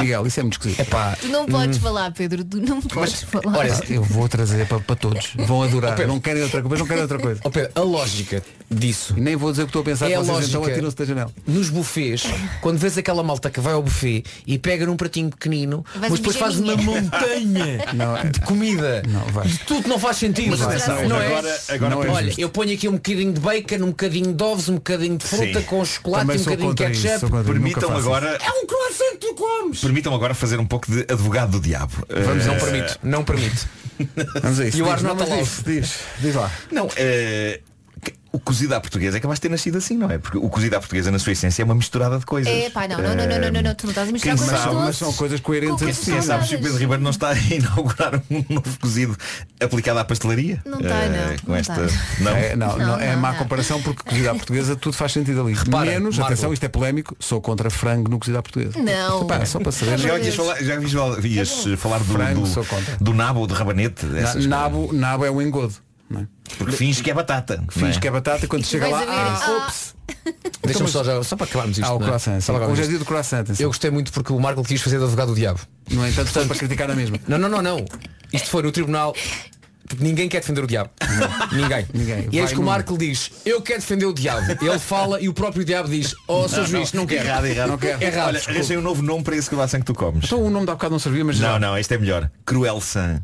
S1: Miguel, isso é muito esquisito.
S3: Epá,
S8: Tu não podes falar, Pedro, tu não podes falar.
S1: Pá, eu vou trazer para, para todos. Vão adorar. não querem outra coisa, não querem outra coisa.
S3: ó Pedro, a lógica disso.
S1: E nem vou dizer o que estou a pensar,
S3: É a
S1: vocês então
S3: lógica.
S1: atiram-se da janela.
S3: Nos bufês, quando vês aquela malta que vai ao buffet e pega num pratinho pequenino,
S8: Vais um
S3: mas depois faz uma
S8: mijaninha.
S3: montanha
S1: Não, é-
S3: de comida.
S1: não, vai.
S3: Isto Tudo não faz sentido.
S20: Mas é atenção,
S3: não
S20: agora-
S3: é?
S20: agora
S3: Não é
S20: pensa-
S3: Olha, eu ponho aqui um bocadinho de bacon, um bocadinho de ovos, um bocadinho de fruta
S20: Sim.
S3: com chocolate,
S1: Também
S3: um
S1: sou
S3: bocadinho de
S1: contra isso,
S3: ketchup.
S1: sou contra isso. Nunca
S20: Permitam-me
S1: faço
S20: agora,
S3: É um croissant que tu comes!
S20: permitam agora fazer um pouco de advogado do diabo.
S3: Vamos, não
S20: Eh,
S3: permito, não permito.
S1: Vamos a isso.
S3: E o
S1: Diz,
S3: Arnaldo
S1: não, mas
S3: Alonso.
S1: diz, diz, diz lá.
S20: Não, eh, que- o cozido à portuguesa é capaz de ter nascido assim, não é? Porque o cozido à portuguesa, na sua essência, é uma misturada de coisas.
S8: É pá, não, não, não, não, não, não, não, tu não estás a misturar
S20: Quem
S8: coisas
S20: sabe,
S1: Mas
S8: doces.
S1: são coisas coerentes
S8: Com
S1: entre
S8: coisas
S1: si.
S20: Quem sabe
S8: saudáveis.
S20: se o Tipo, Pedro Ribeiro não está a inaugurar um novo cozido aplicado à pastelaria?
S8: Não está,
S20: Eh,
S8: não,
S20: Com
S8: não
S20: esta.
S8: está.
S20: Não.
S1: É, não,
S8: Não,
S1: não, é
S8: não,
S1: má
S8: não.
S1: comparação porque cozida à portuguesa tudo faz sentido ali.
S3: Repara,
S1: Menos,
S3: Margot.
S1: atenção, isto é polémico, sou contra frango no cozido à portuguesa.
S8: Não.
S1: Pá, só para saber.
S20: Já ouvias falar, já ouvias falar- ouvias falar do,
S1: é Frango,
S20: do-
S1: sou contra.
S20: do nabo ou do rabanete?
S1: Na-
S20: dessas
S1: nabo, nabo é um engodo. não é?
S20: coisas? Porque finge que é batata. não é?
S1: Finge que é batata e quando chega
S8: vais
S1: lá.
S8: a ver
S1: Ah,
S8: isso.
S1: ops.
S3: Deixa-me só, já- só para acabarmos isto.
S1: Ah, o
S3: não é?
S1: croissant.
S3: Só
S1: sim.
S3: para acabarmos
S1: Hoje é
S3: isto.
S1: dia do croissant. atenção.
S3: Eu gostei muito porque o Marco quis fazer de advogado do diabo.
S1: No entanto, estou para criticar a mesma.
S3: Não, não, não, não. Isto foi no tribunal. Ninguém quer defender o diabo. Ninguém.
S1: Ninguém.
S3: E
S1: Vai
S3: eis que o
S1: num-
S3: Marco diz, eu quero defender o diabo. Ele fala e o próprio diabo diz, oh, seu juiz, não, quero.
S20: Errado, errado.
S1: Não quero.
S3: Errado,
S20: Olha,
S3: desculpe.
S20: arranjei um novo nome para esse
S1: um
S20: croissant que tu comes.
S1: Então o nome da bocado não servia, mas já.
S20: Não, não, este é melhor. Cruel san.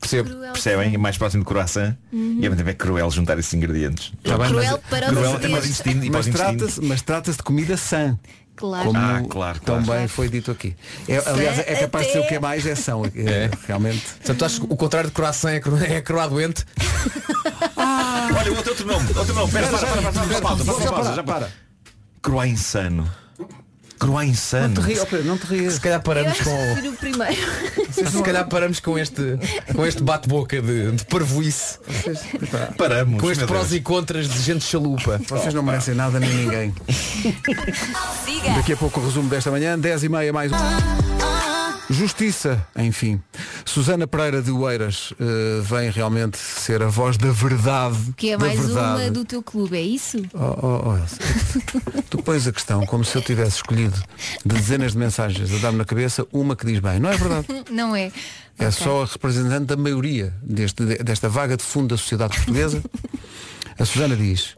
S20: Percebo,
S8: Cruel
S20: percebem? É mais próximo de croissant
S8: Uhum.
S20: e ao mesmo tempo é cruel juntar esses ingredientes.
S1: Tá bem,
S8: Cruel para os
S20: cruel é até
S8: dedos.
S20: para o intestino e para
S1: mas
S20: os intestinos.
S1: trata-se mas trata-se de comida sã.
S8: Claro.
S1: Como
S20: Ah, claro,
S1: tão
S20: claro.
S1: bem foi dito aqui. É, aliás, é capaz de ser o que é mais é são. É, Realmente.
S3: Portanto, tu achas que o contrário de coração é, cro- é croá doente?
S20: Olha, outro, outro nome, outro nome. Espera, para, para, para, para, para, pausa, pausa, Então pausa, já para. Croá insano. Croá insano.
S1: não te rias.
S3: Se calhar
S8: Eu
S3: paramos
S8: acho que
S3: com.
S8: prefiro o primeiro.
S3: Se calhar paramos com este, com este bate-boca de, de parvoíce.
S20: Paramos.
S3: Com este
S1: meu
S3: prós
S1: Deus.
S3: e contras de gente chalupa.
S1: Vocês não merecem nada nem ninguém.
S16: Siga.
S1: Daqui a pouco o resumo desta manhã, 10 e meia mais um. Justiça, enfim. Susana Pereira de Oeiras eh, vem realmente ser a voz da verdade.
S8: Que é
S1: da
S8: mais
S1: verdade.
S8: uma do teu clube, é isso?
S1: Oh, oh, oh, Elsa, tu pões a questão como se eu tivesse escolhido de dezenas de mensagens a dar-me na cabeça uma que diz bem. Não é verdade.
S8: Não é?
S1: É
S8: Ok.
S1: só a representante da maioria deste, de- desta vaga de fundo da sociedade portuguesa. a Susana diz,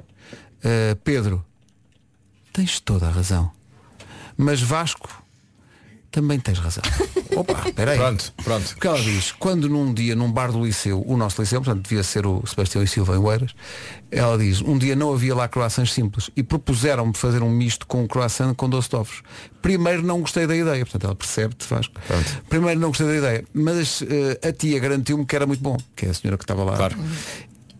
S1: "Eh, Pedro, tens toda a razão. Mas Vasco, também tens razão. Opa, peraí.
S3: Pronto, pronto.
S1: Porque ela diz, quando num dia, num bar do Liceu, o nosso Liceu, portanto devia ser o Sebastião e Silva em Oeiras, ela diz, um dia não havia lá croissants simples e propuseram-me fazer um misto com um croissant com doce de ovos. Primeiro não gostei da ideia, portanto ela percebe-te, Vasco. Primeiro não gostei da ideia, mas eh, a tia garantiu-me que era muito bom, que é a senhora que estava lá.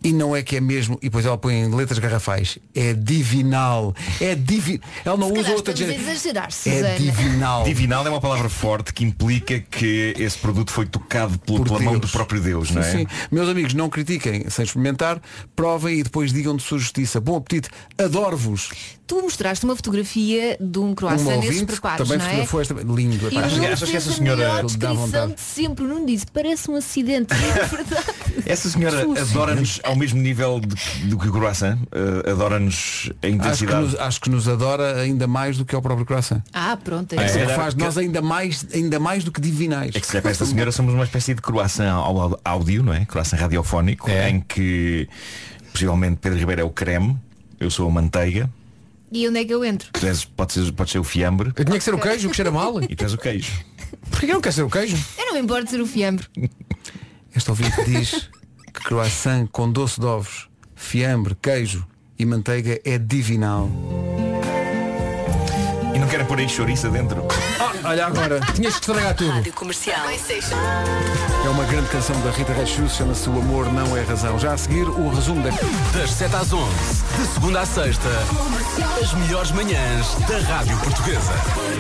S1: E não é que é mesmo, e depois ela põe em letras garrafais, é divinal, é divinal. Ela não usa
S8: calhar
S1: outra
S8: estamos
S1: gen-
S8: a exagerar,
S1: É
S8: Susana.
S1: divinal.
S20: Divinal é uma palavra forte que implica que esse produto foi tocado pelo- pela mão do próprio Deus,
S1: Sim,
S20: não é?
S1: sim. Meus amigos, não critiquem sem experimentar, provem e depois digam de sua justiça. Bom apetite, adoro-vos.
S4: Tu mostraste uma fotografia de um croissant
S1: Uma
S4: nesses
S1: ouvinte
S4: preparos,
S1: também
S4: não é?
S1: fotografou esta lindo.
S4: E
S1: epá.
S4: o Nuno
S20: achas que
S4: fez
S20: essa
S4: a
S20: senhora-
S4: melhor
S20: Ele dá
S4: descrição
S20: vontade.
S4: de sempre. O Nuno disse, parece um acidente.
S20: Essa senhora adora-nos ao mesmo nível de- do que o croissant, eh, adora-nos a
S1: Acho que,
S20: intensidade.
S1: nos, acho que nos adora ainda mais do que ao próprio croissant.
S4: ah, pronto.
S1: É,
S4: é isso.
S1: que faz de nós ainda mais, ainda mais do que divinais.
S20: É que se calhar para esta senhora somos uma espécie de croissant ao- ao- áudio, não é? Croissant radiofónico,
S1: É.
S20: em que possivelmente Pedro Ribeiro é o creme, eu sou a manteiga,
S8: E onde é que eu entro?
S20: tu és, pode, ser, pode ser o fiambre.
S3: Eu tinha que ser o queijo, que cheira mal.
S20: E tu és o queijo.
S3: Porquê que não quer ser o queijo?
S8: Eu não me importo de ser o fiambre.
S1: Este ouvinte diz que croissant com doce de ovos, fiambre, queijo e manteiga é divinal.
S20: E não querem pôr aí chouriça dentro.
S1: Ah, olha agora, tinhas que estragar tudo.
S16: Rádio Comercial.
S1: É uma grande canção da Rita Rechus, chama-se O Amor Não É Razão. Já a seguir, o resumo da...
S7: Das 7 às 11, de segunda à sexta, as melhores manhãs da Rádio Portuguesa.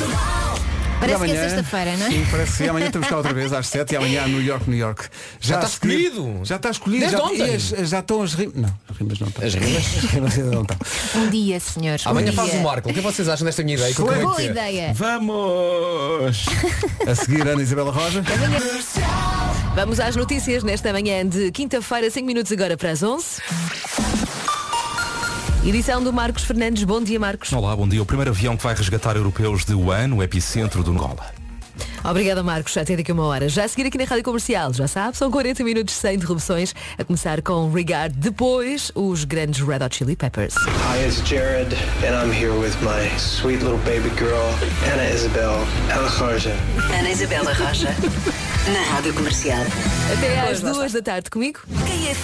S1: E
S4: Parece que
S1: amanhã-
S4: é sexta-feira, não é?
S1: Sim, parece que sim. amanhã estamos cá outra vez às 7 e amanhã a New York, New York.
S3: Já
S1: a
S3: está
S1: seguir-
S3: escolhido.
S1: Já está escolhido.
S3: Desde
S1: já,
S3: ontem.
S1: e as- já estão as rimas. Não, as rimas não estão.
S3: As rimas?
S1: As rimas ainda não estão.
S4: Um dia, senhores. um
S3: Amanhã
S4: dia.
S3: faz o Marco. O que vocês acham desta minha ideia? é Que eu acabei de
S4: Boa
S3: dizer?
S4: ideia.
S20: Vamos!
S1: A seguir, Ana Isabela Roja.
S16: Vamos às notícias nesta manhã de quinta-feira, 5 minutos agora para as 11. Edição do Marcos Fernandes. Bom dia, Marcos.
S10: Olá, bom dia. O primeiro avião que vai resgatar europeus de Wuhan, no epicentro do Angola.
S16: Obrigada, Marcos. Até daqui a uma hora. Já a seguir aqui na Rádio Comercial, já sabe, são 40 minutos sem interrupções, a começar com Regard, depois os grandes Red Hot Chili Peppers.
S22: Hi, it's Jared, and I'm here with my sweet little baby girl, Anna Isabel Alajarja.
S16: Ana Isabela Rocha, na Rádio Comercial. Até às duas da tarde comigo.